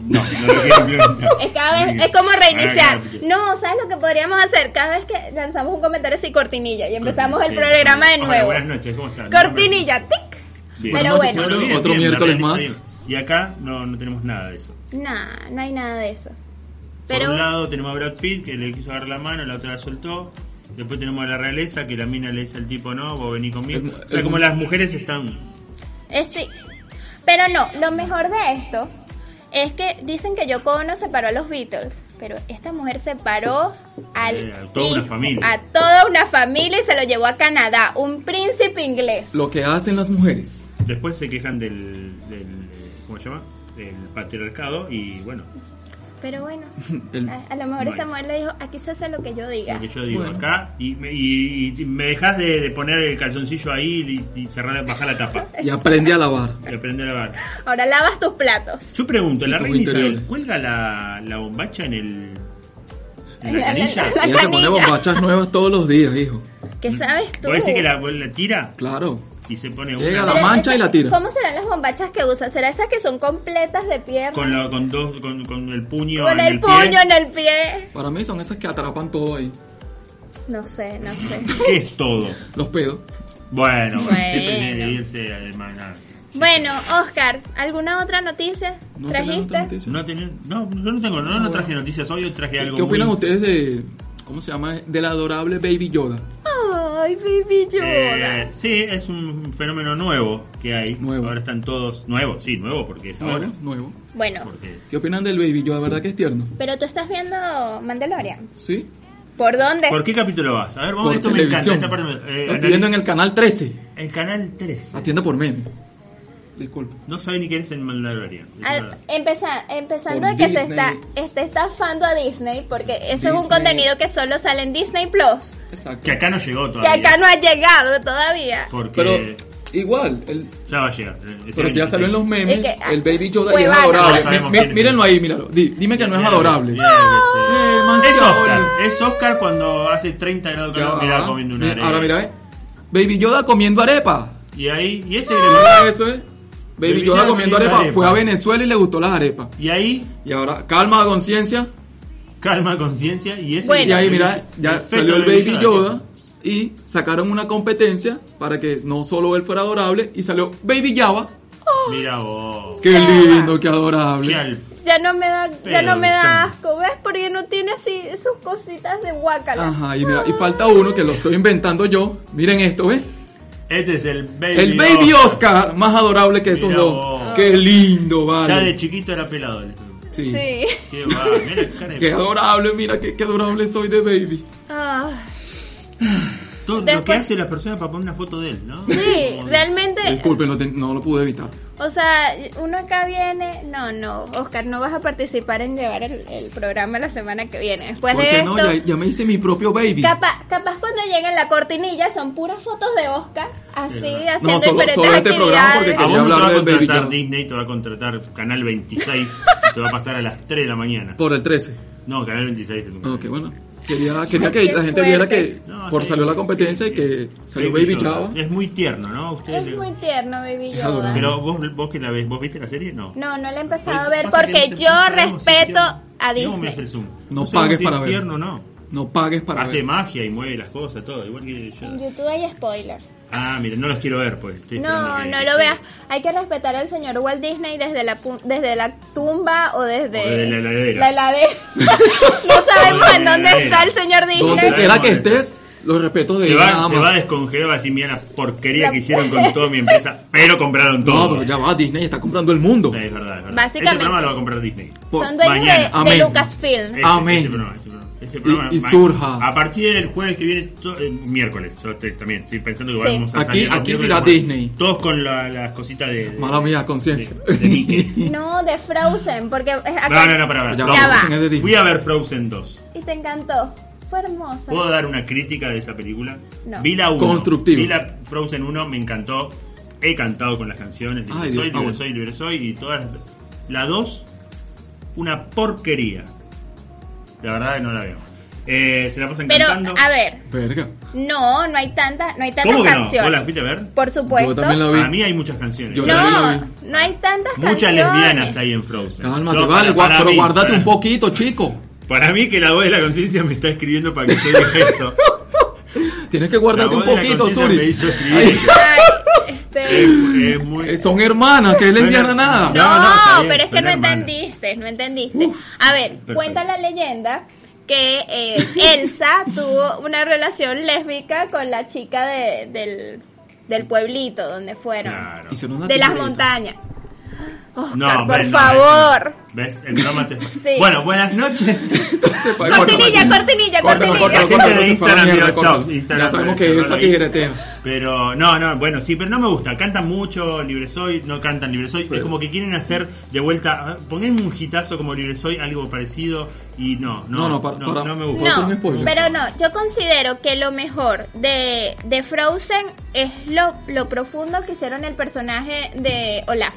S3: No, no lo quiero implementar.
S1: Es, cada vez,
S3: Sí.
S1: es como
S3: Ahora
S1: reiniciar.
S3: cada vez-
S1: No, ¿sabes lo que podríamos hacer? Cada vez que lanzamos un comentario así, cortinilla, y empezamos el
S3: Sí.
S1: programa de
S3: Hola,
S1: nuevo.
S3: buenas noches, ¿cómo están?
S1: Cortinilla, tic.
S3: Bien.
S1: Pero bueno.
S3: Bueno, bien,
S2: Otro
S3: bien, la
S2: miércoles
S3: realidad
S2: más.
S3: está bien. Y acá no, no tenemos nada de eso.
S1: Nah, no hay nada de eso.
S3: Por un
S1: Pero
S3: lado tenemos a Brad Pitt que le quiso agarrar la mano, la otra la soltó. Después tenemos a la realeza que la mina le dice al tipo no, vos vení conmigo.
S2: El-
S3: O sea,
S2: el-
S3: como las mujeres están.
S1: es Eh, sí. Pero no, lo mejor de esto es que dicen que Yoko Ono separó a los Beatles, pero esta mujer separó al
S3: Eh, a toda una
S1: hijo,
S3: familia.
S1: a toda una familia y se lo llevó a Canadá, un príncipe inglés.
S2: Lo que hacen las mujeres.
S3: Después se quejan del, del ¿cómo se llama? Del patriarcado y bueno,
S1: Pero bueno,
S2: El-
S1: a, a lo mejor
S3: Bueno.
S1: esa mujer le dijo, aquí se hace lo que yo diga.
S3: lo que yo digo
S2: Bueno.
S3: acá y me, y- y me dejas de, de poner el calzoncillo ahí y, y cerrar bajar la tapa
S2: Y aprende a lavar.
S3: y aprender a lavar.
S1: Ahora lavas tus platos.
S3: Yo pregunto,
S2: Y
S3: la
S2: tus
S3: reina Isabel
S2: interiores.
S3: cuelga la, la bombacha en el en la
S1: En la-
S3: canilla.
S1: La
S2: Ella se pone
S1: canilla.
S2: bombachas nuevas todos los días, hijo.
S1: ¿Qué
S3: Mm.
S1: sabes tú?
S3: Puede ser que la, la tira
S2: Claro.
S3: y se pone
S2: Llega
S3: una
S2: la mancha y la tira.
S1: ¿Cómo serán las bombachas que usa? ¿Será esas que son completas de pierna?
S3: con, la- con dos con, con el puño
S1: Con
S3: en
S1: el,
S3: el
S1: puño
S3: pie.
S1: en el pie.
S2: Para mí son esas que atrapan todo ahí.
S1: No sé, no sé.
S3: ¿Qué es todo?
S2: Los pedos.
S3: Bueno, bueno,
S1: Bueno.
S3: siempre tiene que irse además nada.
S1: bueno, Oscar, ¿alguna otra noticia
S2: ¿No tenemos otra
S1: trajiste?
S2: noticia?
S3: No, tenés- no, yo no tengo, no, no traje noticias hoy, yo traje algo
S2: ¿Qué opinan
S3: muy-
S2: ustedes de cómo se llama? Del adorable Baby Yoda.
S1: Ay, baby
S3: Eh,
S1: Yoda.
S3: sí, es un fenómeno nuevo que hay.
S2: Nuevo.
S3: Ahora están todos nuevos, sí, nuevo porque es
S2: Ahora,
S3: ahora.
S2: nuevo.
S1: Bueno,
S3: Porque
S2: ¿Qué opinan del Baby Yoda? ¿Verdad que es tierno?
S1: pero tú estás viendo Mandalorian.
S2: Sí.
S1: ¿Por dónde?
S3: ¿Por qué capítulo vas? A ver, vamos,
S2: Por
S3: esto
S2: televisión.
S3: me encanta. Esta parte, me- eh,
S2: Lo estoy viendo en el canal 13.
S3: el canal 3.
S2: Atienda por meme. Disculpa.
S3: No sabe ni quién es el Mandalorian. es
S1: Al-
S3: verdad.
S1: empeza- empezando
S2: Por
S1: de que se
S2: Disney.
S1: está, está estafando a Disney, porque eso es un
S2: Disney.
S1: contenido que solo sale en Disney Plus,
S2: Exacto.
S3: Que acá no llegó
S1: que
S3: todavía.
S1: acá no ha llegado todavía.
S3: Porque
S2: Pero igual, el,
S3: ya va a llegar. eh, este
S2: pero si ya salió en los memes,
S1: Es que, ah,
S2: el Baby Yoda y es
S1: huevada.
S3: Ya
S2: adorable.
S3: sabemos
S2: Mi- mi-
S3: quién es.
S2: mírenlo ahí, míralo. Di- dime que no es adorable.
S3: Ya, ya sé.
S2: Eh, el man se
S3: Es
S2: adora.
S3: Oscar. Es Oscar cuando hace 30 grados de
S2: Ya
S3: calor.
S2: va.
S3: Mirá, comiendo una
S2: Mi-
S3: arepa.
S2: Ahora mira, eh. ve. Baby Yoda comiendo arepa.
S3: Y ahí, y ese
S2: Mira eso, eh. Baby,
S3: Baby
S2: Yoda
S3: Yoda
S2: comiendo
S3: comiendo
S2: arepa.
S3: arepa.
S2: Fue a Venezuela y le gustó las arepas.
S3: Y ahí,
S2: Y ahora, calma, conciencia.
S3: calma, conciencia. Y ese
S1: Bueno.
S2: Y ahí, mira, ya
S3: Perfecto,
S2: salió el Baby
S3: que-
S2: Yoda. Y sacaron una competencia para que no solo él fuera adorable. Y salió Baby Java.
S3: Mira vos.
S2: Qué lindo, qué adorable.
S3: Qué al-
S1: Ya no me da, ya
S3: Pero,
S1: no me da
S3: chamo.
S1: asco, ¿ves? Porque no tiene así sus cositas de guacala.
S2: Ajá, y mira, y falta uno que lo estoy inventando yo. Miren esto, ¿ves?
S3: Este es el baby.
S2: El Baby
S3: Oscar.
S2: Oscar, más adorable que esos
S3: Mira
S2: dos.
S3: vos.
S2: Qué lindo, vale.
S3: Ya de chiquito era pelado. le-
S2: Sí.
S1: Sí.
S3: Qué va, mira la cara de-
S2: Qué adorable, mira, qué, qué adorable soy de Baby.
S1: Ah,
S3: Todo lo que
S1: Después-
S3: hace la persona para poner una foto de él, ¿no?
S1: sí,
S3: Como-
S1: realmente,
S2: Disculpen, lo ten- no lo pude evitar.
S1: o sea, uno acá viene, no, no, Oscar, no vas a participar en llevar el, el programa la semana que viene. Después de
S2: Porque
S1: Pues esto,
S2: no, ya, ya me hice mi propio Baby.
S1: Capaz, capaz cuando lleguen la cortinilla son puras fotos de Oscar, así haciendo
S2: No, solo-
S1: diferentes
S2: solo este programa
S1: actividades.
S3: A
S2: Quería
S3: vos no te va
S2: hablar
S3: a
S2: del Baby
S3: contratar
S2: Yoda.
S3: Disney, te va a contratar Canal 26 y te va a pasar a las 3 de la mañana.
S2: Por el 13.
S3: No, Canal 26 es un canal.
S2: Ok, bueno. Quería, quería que
S1: Ay, qué
S2: la gente viera que
S3: No,
S2: por
S3: sí,
S2: salió la
S3: sí,
S2: competencia y
S3: sí,
S2: que
S3: sí.
S2: salió Baby
S3: Yoda.
S2: Chava.
S3: Es muy tierno, ¿no? A Ustedes
S1: Es
S3: le-
S1: muy tierno, Baby
S2: Es
S1: Yoda.
S2: adorable.
S3: Pero vos, vos que la ves, ¿vos viste la serie? No.
S1: No, no la he empezado a
S3: Oye,
S1: ver
S3: pasa que
S1: porque
S3: no te-
S1: yo
S3: no sabemos si es
S1: respeto
S3: tierno.
S1: a
S3: No, me hace
S1: Disney.
S3: el zoom.
S2: No
S3: sabemos
S2: pagues
S3: si es
S2: para ver.
S3: tierno o no.
S2: No pagues para
S3: Hace
S2: ver.
S3: magia y mueve las cosas, todo. Igual que
S1: En
S3: yo.
S1: YouTube hay spoilers.
S3: Ah, mira, no los quiero ver, pues. estoy esperando
S1: No,
S3: que-
S1: no lo veas. Hay que respetar al señor Walt Disney desde la pu- desde la tumba o desde,
S3: O desde la heladera.
S1: la heladera. no
S3: O
S1: sabemos
S3: desde
S1: en
S3: la
S1: dónde
S3: heladera.
S1: está el señor
S2: Donde
S3: ¿Dónde?
S1: Disney.
S2: quiera que estés, los respetos de
S3: Se
S2: él
S3: va,
S2: nada
S3: se va a
S2: más.
S3: descongelar así, mira la porquería
S1: La-
S3: que hicieron con toda mi empresa, pero compraron
S2: No,
S3: todo.
S2: pero ya va, Disney está comprando el mundo.
S3: Sí, es verdad, es verdad.
S1: Básicamente.
S3: Ese programa lo va a comprar Disney.
S2: Por-
S1: Son dueños
S3: mañana.
S1: de- de,
S2: Amén.
S1: Lucasfilm.
S3: Ese-
S2: Amén.
S3: ese programa, ese programa. Ese programa
S2: y
S3: va-
S2: surja.
S3: A partir del jueves que viene, to- eh, miércoles, yo estoy- también estoy pensando que
S1: Sí.
S3: vamos a
S2: Aquí-
S3: salir los
S2: aquí
S3: miércoles,
S2: dirá
S3: jueves.
S2: Disney.
S3: Todos con la- las cositas de... de-
S2: Mala mía, conciencia.
S3: de- de Mickey.
S1: No, de Frozen, porque es
S3: Eh. No,
S1: acá.
S3: no, no, para ver.
S2: Ya
S1: Ya va.
S2: va, es
S3: Fui
S2: de Disney.
S3: a ver Frozen 2.
S1: Y te encantó. Fue hermosa.
S3: ¿Puedo dar una crítica de esa película?
S1: No.
S3: Vi la 1.
S2: Constructiva.
S3: Vi la Frozen 1, me encantó. He cantado con las canciones. Libre
S2: Ay, Dios,
S3: soy,
S2: ah,
S3: libre
S2: bueno.
S3: soy, libre soy. Y todas. las- La 2, una porquería. La verdad que no la veo. Eh, se la pasan
S1: Pero,
S3: cantando.
S1: a ver,
S2: Verga.
S1: no, no hay tantas, no hay tantas
S3: ¿Cómo que no?
S1: canciones.
S3: ¿Vos la fuiste a ver?
S1: Por supuesto.
S2: Yo también la vi.
S3: Para mí hay muchas canciones.
S2: Yo también la
S1: No,
S2: vi.
S1: no hay tantas
S3: Muchas
S1: canciones.
S3: lesbianas hay en Frozen.
S2: Cálmate,
S3: Yo, para-
S2: vale, gua-
S3: para
S2: pero
S3: mí,
S2: guardate
S3: para-
S2: un poquito, chico.
S3: Para mí que la voz de la conciencia me está escribiendo para que te diga eso.
S2: Tienes que guardarte
S3: La
S2: un
S3: voz de la
S2: poquito,
S3: conciencia Me
S2: Suri.
S3: hizo escribir.
S1: Ay, este,
S3: Es- es muy-
S2: Eh, Son hermanas, que es lesbiana nada.
S3: No, no,
S1: No,
S3: está bien,
S1: Ah, pero es que
S3: son
S1: no
S3: hermanas.
S1: entendiste, no entendiste. a ver, cuenta la leyenda que eh, Elsa tuvo una relación lésbica con la chica de- del, del pueblito donde fueron.
S3: Claro.
S2: Hicieron una
S1: De las
S2: tijereta.
S1: montañas. Oscar,
S3: No,
S1: por
S3: ves, no,
S1: favor.
S3: ves, ¿Ves? El programa se...
S1: Sí.
S3: Bueno, buenas noches.
S2: Entonces, pa-
S1: Cortinilla,
S2: corta,
S1: cortinilla,
S2: Córtalo,
S3: La
S2: córtalo,
S1: cortinilla.
S3: gente
S2: córtalo,
S3: de
S2: se fue a la
S3: Instagram
S2: mierda,
S3: dio
S2: córtalo.
S3: chao, Instagram
S2: Ya
S3: se
S2: sabemos que
S3: fue a
S2: Elsa
S3: la
S2: tijeretea.
S3: Pero no, no, bueno, sí, pero no me gusta. Cantan mucho Libre Soy, no cantan Libre Soy. Es como que quieren hacer de vuelta... ah, Ponen un hitazo como Libre Soy, algo parecido. Y no, no,
S2: No, no, para- para-
S3: no me
S2: Puedo
S3: gusta.
S2: hacer
S1: No,
S2: un spoiler.
S1: pero no, yo considero que lo mejor de, de Frozen es lo, lo profundo que hicieron el personaje de Olaf.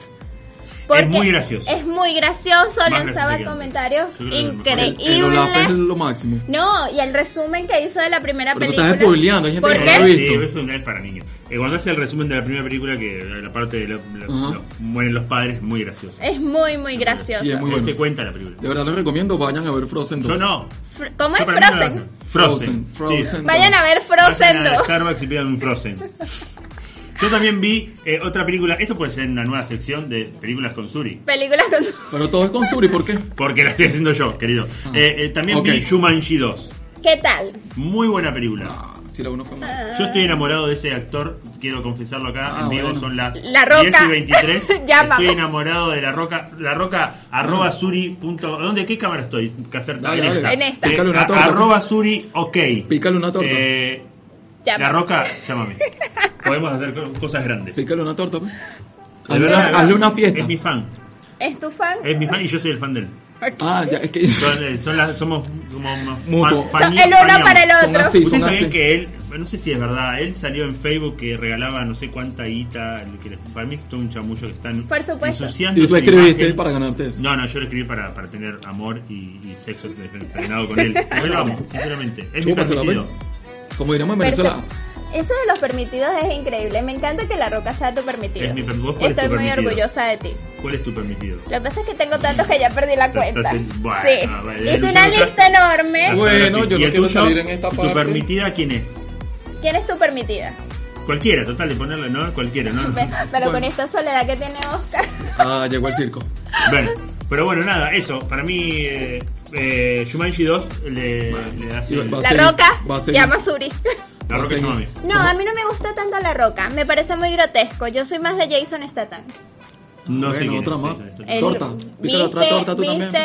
S3: muy gracioso.
S1: Es muy gracioso,
S3: Más gracioso
S1: lanzaba
S3: que antes.
S1: comentarios
S3: Yo creo que es lo mejor.
S2: El- El Olaf es
S1: increíbles.
S2: lo máximo.
S1: No, y el resumen que hizo de la primera
S2: Pero tú
S1: película.
S2: estás spoileando, hay gente
S1: ¿Por
S2: que no
S1: qué?
S2: lo
S3: Eh,
S2: visto.
S3: Sí, eso no es para niños. Eh, cuando hace el resumen de la primera película, que la parte de lo- lo-
S2: Ajá.
S3: lo- mueren los padres, es muy gracioso.
S1: Es muy, muy gracioso.
S2: Sí, es muy
S3: Él
S2: bueno.
S3: te cuenta la película.
S2: De verdad les recomiendo, vayan a ver Frozen 2.
S3: Yo no.
S1: Fr- ¿Cómo es
S3: Yo para mí no la-
S1: Frozen?
S3: Frozen. Sí.
S2: Frozen, Frozen.
S1: Vayan a ver Frozen
S3: Vayan a
S1: 2.
S3: Starbucks y pidan un Frozen. Yo también vi eh, otra película. Esto puede ser una nueva sección de películas con Suri.
S1: Películas con su-
S2: Pero todo es con Suri, ¿por qué?
S3: Porque la estoy haciendo yo, querido. Eh, eh, también
S2: Ah. Ok.
S3: vi Shumanji 2.
S1: ¿Qué tal?
S3: Muy buena película.
S2: Ah, si la uno fue mal.
S3: Yo estoy enamorado de ese actor, quiero confesarlo acá,
S2: Ah,
S3: en vivo
S2: bueno.
S3: son las
S1: La Roca.
S3: 10 y 23.
S1: Llámame.
S3: Estoy enamorado de La Roca, La Roca, arroba suri. Punto, ¿Dónde, qué cámara estoy? Caserta,
S2: Dale,
S3: en,
S2: dale.
S3: esta.
S1: En esta.
S3: Eh,
S2: Pícale una
S3: a-
S2: torta.
S3: arroba suri, ok.
S2: Pícale una torta.
S3: Eh,
S1: Llámame.
S3: La Roca, llámame. Podemos hacer co- cosas grandes.
S2: Pícale una torta, pues.
S3: De
S2: Hazle
S3: verdad,
S2: una, hazle una fiesta.
S3: Es mi fan.
S1: ¿Es tu fan?
S3: Es mi fan y yo soy el fan de él.
S2: Ah, ya, es que
S3: Son, eh, son las, somos como unos
S2: Mutuo.
S3: fan-
S1: Son
S3: fan-
S1: el uno
S3: faniamos.
S1: para el
S2: son
S1: otro.
S2: así, son
S3: Ustedes sabían
S2: así.
S3: que él, no sé si es verdad, él salió en Facebook que regalaba no sé cuánta guita. el que- Para mí es todo un chamullo que están
S1: Por supuesto.
S3: ensuciando
S2: Y tú
S3: su
S2: escribiste
S3: imagen.
S2: para ganarte eso.
S3: No, no, yo lo escribí para, para tener amor y, y sexo desenfrenado con él. Yo lo amo, sinceramente. Es mi
S2: Chúpasela,
S3: permitido.
S2: pues. Como diríamos en
S1: Perso-
S2: Venezuela,
S1: Eso de los permitidos es increíble. Me encanta que la roca sea tu permitido.
S3: Es mi per- vos, ¿cuál es
S1: Estoy
S3: tu
S1: muy
S3: permitido?
S1: orgullosa de ti.
S3: ¿Cuál es tu permitido?
S1: Lo que pasa es que tengo tantos que ya perdí la
S3: Estás-
S1: cuenta.
S3: estás- bueno,
S1: sí.
S3: vale,
S1: Hice
S3: Luciano,
S1: una
S3: otra-
S1: lista enorme.
S2: Bueno, yo
S3: ¿Y
S2: no
S3: el
S2: quiero
S3: tuyo?
S2: salir en esta
S3: ¿Tu
S2: parte.
S3: permitida quién es?
S1: ¿Quién es tu permitida?
S3: Cualquiera, total, de ponerle, ¿no? Cualquiera, ¿no?
S1: Pero con
S2: Bueno.
S1: esta soledad que tiene Oscar.
S2: Ah, llegó el circo.
S3: Bueno, pero bueno, nada, eso. Para mí, eh, eh, Shumanji 2 le,
S2: Vale.
S3: le hace.
S2: Y va-
S3: La
S2: a
S1: La
S2: seguir,
S1: roca
S2: va a seguir.
S1: llama Suri.
S2: va a
S3: roca
S2: seguir.
S3: Shumami.
S1: No, a mí no me gusta tanto la roca. Me parece muy grotesco. Yo soy más de Jason Statham.
S3: No sé
S2: Bueno,
S3: quién
S2: otra
S3: es,
S2: más.
S3: sí, sí, sí.
S2: El- Torta. Viste
S1: ¿Viste,
S2: la otra torta tú
S1: viste,
S2: también.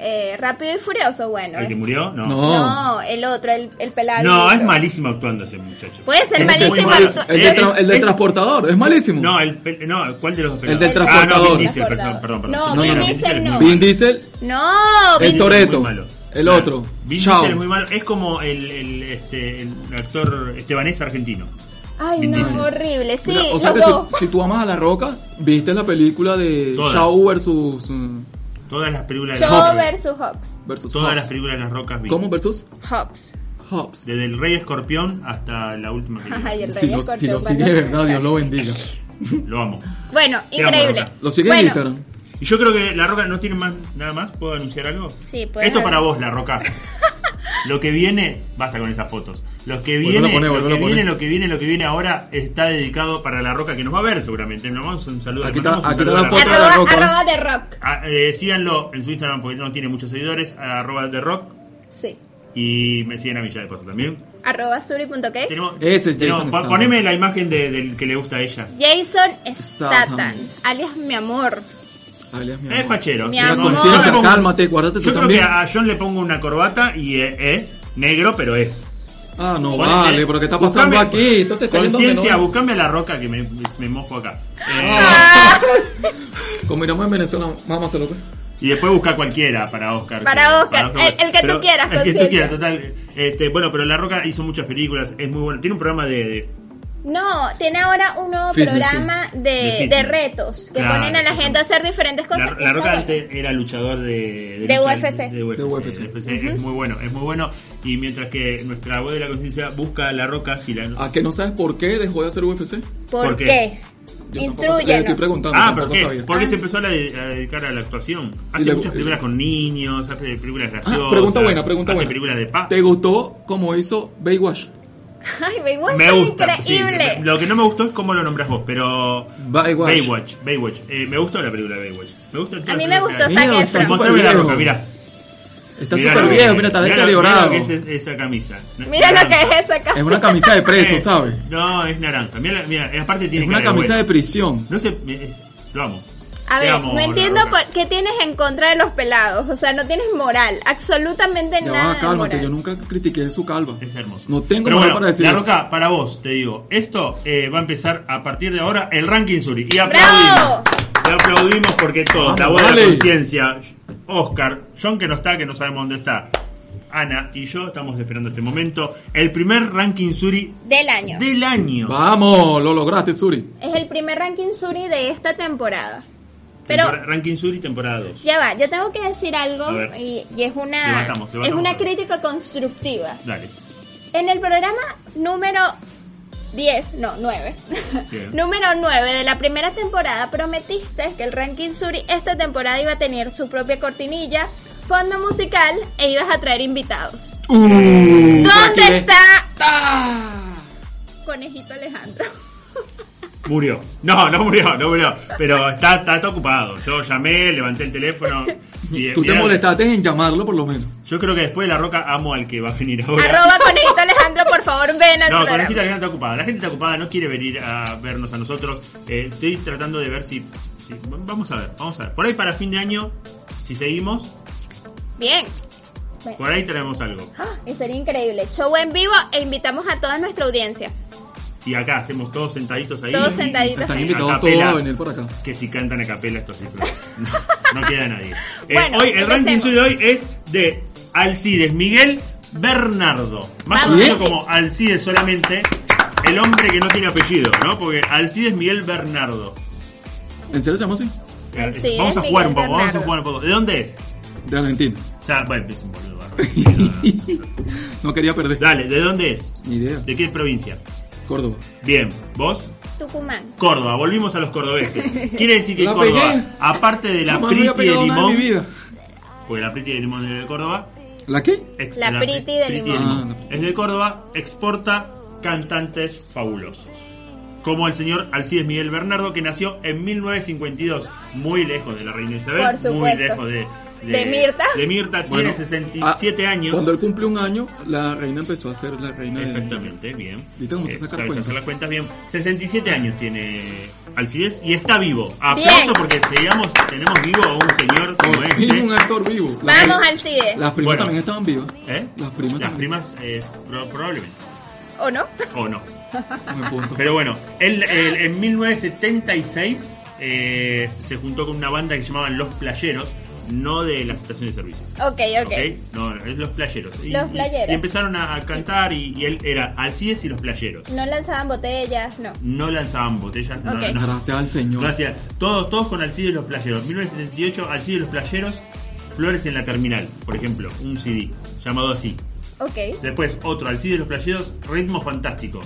S1: eh, Rápido y Furioso? Bueno.
S3: ¿El que
S1: eh.
S3: murió? No. No,
S2: No.
S1: No, el otro, el, el pelado.
S3: es malísimo actuando ese muchacho.
S1: Puede ser
S3: Es muy
S1: malísimo
S3: malo.
S1: actu-
S2: El, del
S3: Eh,
S2: tra- el del
S3: es-
S2: transportador, es malísimo.
S3: No, el, pel- no, ¿cuál de los dos
S2: El del
S3: pelados? Ah, no,
S2: transportador.
S3: Vin Diesel, perdón,
S1: Transportador.
S3: perdón, perdón.
S1: No,
S2: No, Vin
S3: Vin
S2: Diesel
S3: Diesel es muy
S1: no.
S3: malo.
S2: Vin Diesel,
S1: No,
S2: el
S1: Vin-
S3: Muy
S2: Toretto,
S3: malo.
S2: el
S3: Claro.
S2: otro.
S3: Vin
S2: Chao.
S3: Diesel es muy malo. Es como el, el, este, el actor estebanés argentino.
S1: Ay,
S3: Vin Diesel.
S1: no, horrible. Sí,
S2: Mira, o sea
S1: los
S2: que
S1: dos.
S2: si, si tú amas a La Roca, viste la película de
S3: Todas.
S2: Shaw versus. mm,
S3: Todas las películas de
S1: Joe
S3: las rocas.
S1: versus Hawks.
S2: versus
S3: Todas
S2: Hobbs.
S3: las películas de las rocas. vi.
S2: Pues ¿Cómo versus
S1: Hawks.
S2: Hobbs?
S3: Desde el Rey Escorpión hasta la última que
S1: Ay, el
S2: Si
S1: rey
S2: lo,
S1: escorpión
S2: si lo
S1: cuando
S2: sigue de
S1: se
S2: verdad, Dios
S1: mata.
S2: lo bendiga.
S3: Lo amo.
S1: Bueno,
S3: Te amo,
S1: increíble.
S3: Roca.
S2: Lo sigue en
S1: Bueno,
S2: Instagram.
S3: Y yo creo que La Roca no tiene más nada más. ¿Puedo anunciar algo?
S1: Sí, puedes
S3: Esto es
S1: hablar.
S3: para vos, La Roca. Lo que viene, basta con esas fotos. Lo que
S2: Volvé a
S3: viene,
S2: poner,
S3: lo
S2: volvé
S3: que
S2: a poner.
S3: viene, lo que viene, lo que viene ahora está dedicado para La Roca que nos va a ver seguramente. Le mandamos un saludo.
S2: Aquí
S3: le mandamos
S2: está-
S3: un
S2: aquí
S3: saludo
S2: está la
S3: a Roca.
S2: foto. de ¿eh?
S1: Arroba,
S2: Roca.
S1: arroba de rock.
S3: Ah, eh, síganlo en su Instagram porque no tiene muchos seguidores. Arroba The Rock.
S1: Sí.
S3: Y me siguen a mí ya de paso también.
S1: Arroba suri.k.
S3: Tenemos-
S2: Ese es
S3: tenemos-
S2: Jason
S3: pon-
S2: Statham.
S3: Poneme la imagen de- del que le gusta a ella.
S1: Jason
S2: Statham.
S1: Statham, alias mi amor.
S2: Alias, mi
S3: Es
S2: amor.
S3: fachero.
S1: Mi
S3: Yo le
S1: amor.
S3: pongo-
S2: Conciencia,
S3: yo le pongo-
S2: cálmate, guárdate tú
S3: Yo creo
S2: también.
S3: que a John le pongo una corbata y es negro, pero es.
S2: Ah, no,
S3: Ponete-
S2: vale, pero ¿qué está pasando
S3: buscame-
S2: aquí? Entonces está yendo donde no
S3: Conciencia,
S2: es.
S3: buscame a la roca que me, me mojo acá. Eh,
S1: Ah.
S2: Como miramos en Venezuela, vamos a hacerlo. pues.
S3: Y después busca cualquiera para Oscar.
S1: Para Oscar, el- el que tú quieras,
S3: El que tú
S1: Conciencia.
S3: quieras, total. Este, bueno, pero La Roca hizo muchas películas, es muy bueno. Tiene un programa de. de-
S1: No, tiene ahora un nuevo
S2: Fitness,
S1: programa de,
S3: De fitness.
S1: de retos que
S3: Claro,
S1: ponen a la gente a hacer diferentes
S3: la,
S1: cosas. y
S3: La
S1: está
S3: Roca
S1: bueno.
S3: antes era luchador de.
S1: De
S3: lucha-
S1: UFC.
S3: De UFC.
S2: De UFC.
S3: de UFC. Es muy bueno, es muy bueno. Y mientras que nuestra voz de la conciencia busca a La Roca, si la.
S2: ¿A que no sabes por qué dejó de hacer UFC?
S1: ¿Por,
S3: ¿Por qué?
S1: qué?
S2: Yo tampoco sé. Le estoy
S1: Intrúyenos.
S2: preguntando,
S3: Ah, ¿por
S2: tampoco
S3: qué?
S2: sabía.
S3: Porque se empezó a, la de- a dedicar a la actuación. Hace
S2: le-
S3: muchas películas con niños, hace películas graciosas.
S2: Ah, pregunta buena, pregunta
S3: hace
S2: buena.
S3: películas de paz.
S2: ¿Te gustó como hizo Baywatch?
S1: Ay, Baywatch
S3: Me
S1: es
S3: gusta.
S1: increíble.
S3: sí. lo que no me gustó es cómo lo nombras vos, pero.
S2: Baywatch.
S3: Baywatch. Baywatch. Eh, me gustó la película de Baywatch. Me gustó
S1: A mí me gustó
S2: Mira,
S1: Zac
S2: está
S1: Efron.
S2: súper
S3: Mostrame la
S2: viejo.
S3: roca, mirá.
S2: Está
S3: Mirá
S2: súper
S3: lo que-
S2: viejo, mira, está
S3: mirá lo-
S2: deteriorado.
S3: mirá lo que
S2: Es
S3: es es- esa camisa.
S1: Mira lo que es
S3: Naranja.
S1: esa cara.
S2: una camisa de preso,
S3: Eh,
S2: ¿sabes?
S3: No, es naranja. Mira, mira, aparte
S2: Es
S3: tiene
S2: una
S3: cara de
S2: camisa de
S3: abuela.
S2: prisión.
S3: No sé, me- es- lo amo.
S1: A
S3: Te
S1: ver,
S3: amo,
S1: no
S3: La
S1: entiendo
S3: Roca.
S1: por qué tienes en contra de los pelados. O sea, no tienes moral. Absolutamente
S2: Ya
S1: nada.
S2: va,
S1: de
S2: cálmate,
S1: moral.
S2: yo nunca critiqué su calva.
S3: Es hermoso.
S2: No tengo
S3: Pero
S2: nada
S3: bueno,
S2: para decir
S3: La
S2: eso.
S3: Roca, para vos, te digo. Esto eh, va a empezar a partir de ahora el ranking Suri. Y aplaudimos.
S1: ¡Bravo!
S3: Le aplaudimos porque todo.
S2: Vamos,
S3: la voz de
S2: dale.
S3: la conciencia. Oscar, John que no está, que no sabemos dónde está. Ana y yo estamos esperando este momento. El primer ranking Suri
S1: Del año.
S3: del año.
S2: Vamos, lo lograste, Suri.
S1: Es el primer ranking Suri de esta temporada. Pero
S3: Tempora- ranking Suri temporada 2.
S1: ya va, yo tengo que decir algo
S3: A ver.
S1: y, y es una
S3: Levantamos, levantamos.
S1: es una crítica constructiva.
S3: Dale.
S1: En el programa número 10, no, 9.
S3: Bien.
S1: número 9 de la primera temporada prometiste que el ranking Suri esta temporada iba a tener su propia cortinilla, fondo musical e ibas a traer invitados.
S3: Uh,
S1: ¿Dónde
S2: ¿Dónde
S1: está
S3: ¡Ah!
S1: Conejito Alejandro?
S3: Murió. No, no murió, no murió. Pero está, está, está ocupado. Yo llamé, levanté el teléfono. y-
S2: Tú te
S3: mirá-
S2: molestaste en llamarlo, por lo menos.
S3: Yo creo que después de La Roca amo al que va a venir ahora.
S1: Arroba Conejito Alejandro, por favor, ven al
S3: No, con la
S1: programa.
S3: gente que está ocupada. La gente está ocupada, no quiere venir a vernos a nosotros. Eh, estoy tratando de ver si, si- Vamos a ver, vamos a ver. Por ahí para fin de año, si seguimos,
S1: Bien.
S3: por ahí traemos algo.
S1: ¡Ah! Y sería increíble. Show en vivo e invitamos a toda nuestra audiencia.
S3: Y acá hacemos todos sentaditos ahí.
S1: Todos sentaditos.
S2: Están
S1: Ahí.
S2: invitados todos
S3: Acapela.
S2: a venir por acá.
S3: Que si cantan a capela estos cifras. No, no queda nadie. Eh,
S1: Bueno,
S3: hoy, el ranking
S1: empecemos.
S3: suyo de hoy es de Alcides Miguel Bernardo. Más
S1: Vamos,
S3: conocido
S1: Alcides.
S3: como Alcides solamente. El hombre que no tiene apellido, ¿no? Porque Alcides Miguel Bernardo.
S2: ¿En serio se llama así?
S3: Eh,
S1: Alcides
S3: vamos a
S1: Miguel
S3: jugar un poco, vamos a
S1: Bernardo.
S3: jugar un poco. ¿De dónde es?
S2: De Argentina.
S3: O sea, bueno, es un boludo. bárbaro.
S2: No quería perder.
S3: Dale, ¿de dónde es?
S2: Ni idea.
S3: ¿De qué provincia?
S2: Córdoba.
S3: Bien, ¿vos?
S1: Tucumán.
S3: Córdoba, volvimos a los cordobeses. Quiere decir que
S2: La
S3: Córdoba,
S2: pegué.
S3: aparte de la
S2: Jamás me había
S3: priti de
S2: pegado nada en mi
S3: limón,
S2: vida.
S3: porque la priti de limón es de Córdoba,
S2: ¿La qué?
S3: ex-
S1: La Priti de Limón.
S2: Ah,
S3: Es de Córdoba, exporta cantantes fabulosos. como el señor Alcides Miguel Bernardo, que nació en 1952, muy lejos de la reina
S1: Por
S3: Isabel, muy
S1: supuesto.
S3: lejos de,
S1: De Mirta.
S3: De Mirta,
S2: Bueno,
S3: tiene 67
S2: ah,
S3: años.
S2: Cuando él cumple un año, la reina empezó a ser la reina de-
S3: Exactamente, bien. Eh,
S2: ¿Viste cómo se sacan
S3: sabes
S2: cuentas?
S3: hacer las cuentas bien. 67 años tiene Alcides y está vivo. Aplauso
S1: Bien.
S3: porque digamos, tenemos vivo a un señor como
S2: Como mínimo un
S3: este.
S2: actor vivo. La-
S1: Vamos, Alcides.
S2: Las
S3: Bueno.
S2: primas también estaban vivas.
S3: ¿Eh?
S2: Las primas
S3: Las
S2: también.
S3: primas, eh, pro- probablemente.
S1: ¿O no?
S3: O no.
S2: Buen punto.
S3: Pero bueno, él, él, en 1976 eh, se juntó con una banda que se llamaban Los Playeros, no de la estación de servicio.
S1: Ok, ok.
S3: ¿ok? No, no, es Los Playeros. Y-
S1: Los
S3: y-
S1: Playeros.
S3: Y, empezaron a, a cantar y, y él era Alcides y Los Playeros.
S1: No lanzaban botellas, no.
S3: No lanzaban botellas, no-
S1: Ok.
S3: no,
S2: Gracias al Señor.
S3: Gracias. Todos, todos con Alcides y los Playeros. 1978, Alcides y los Playeros, Flores en la Terminal, por ejemplo, un CD llamado así.
S1: Ok,
S3: Después otro, Alcides y los Playeros, Ritmo Fantástico,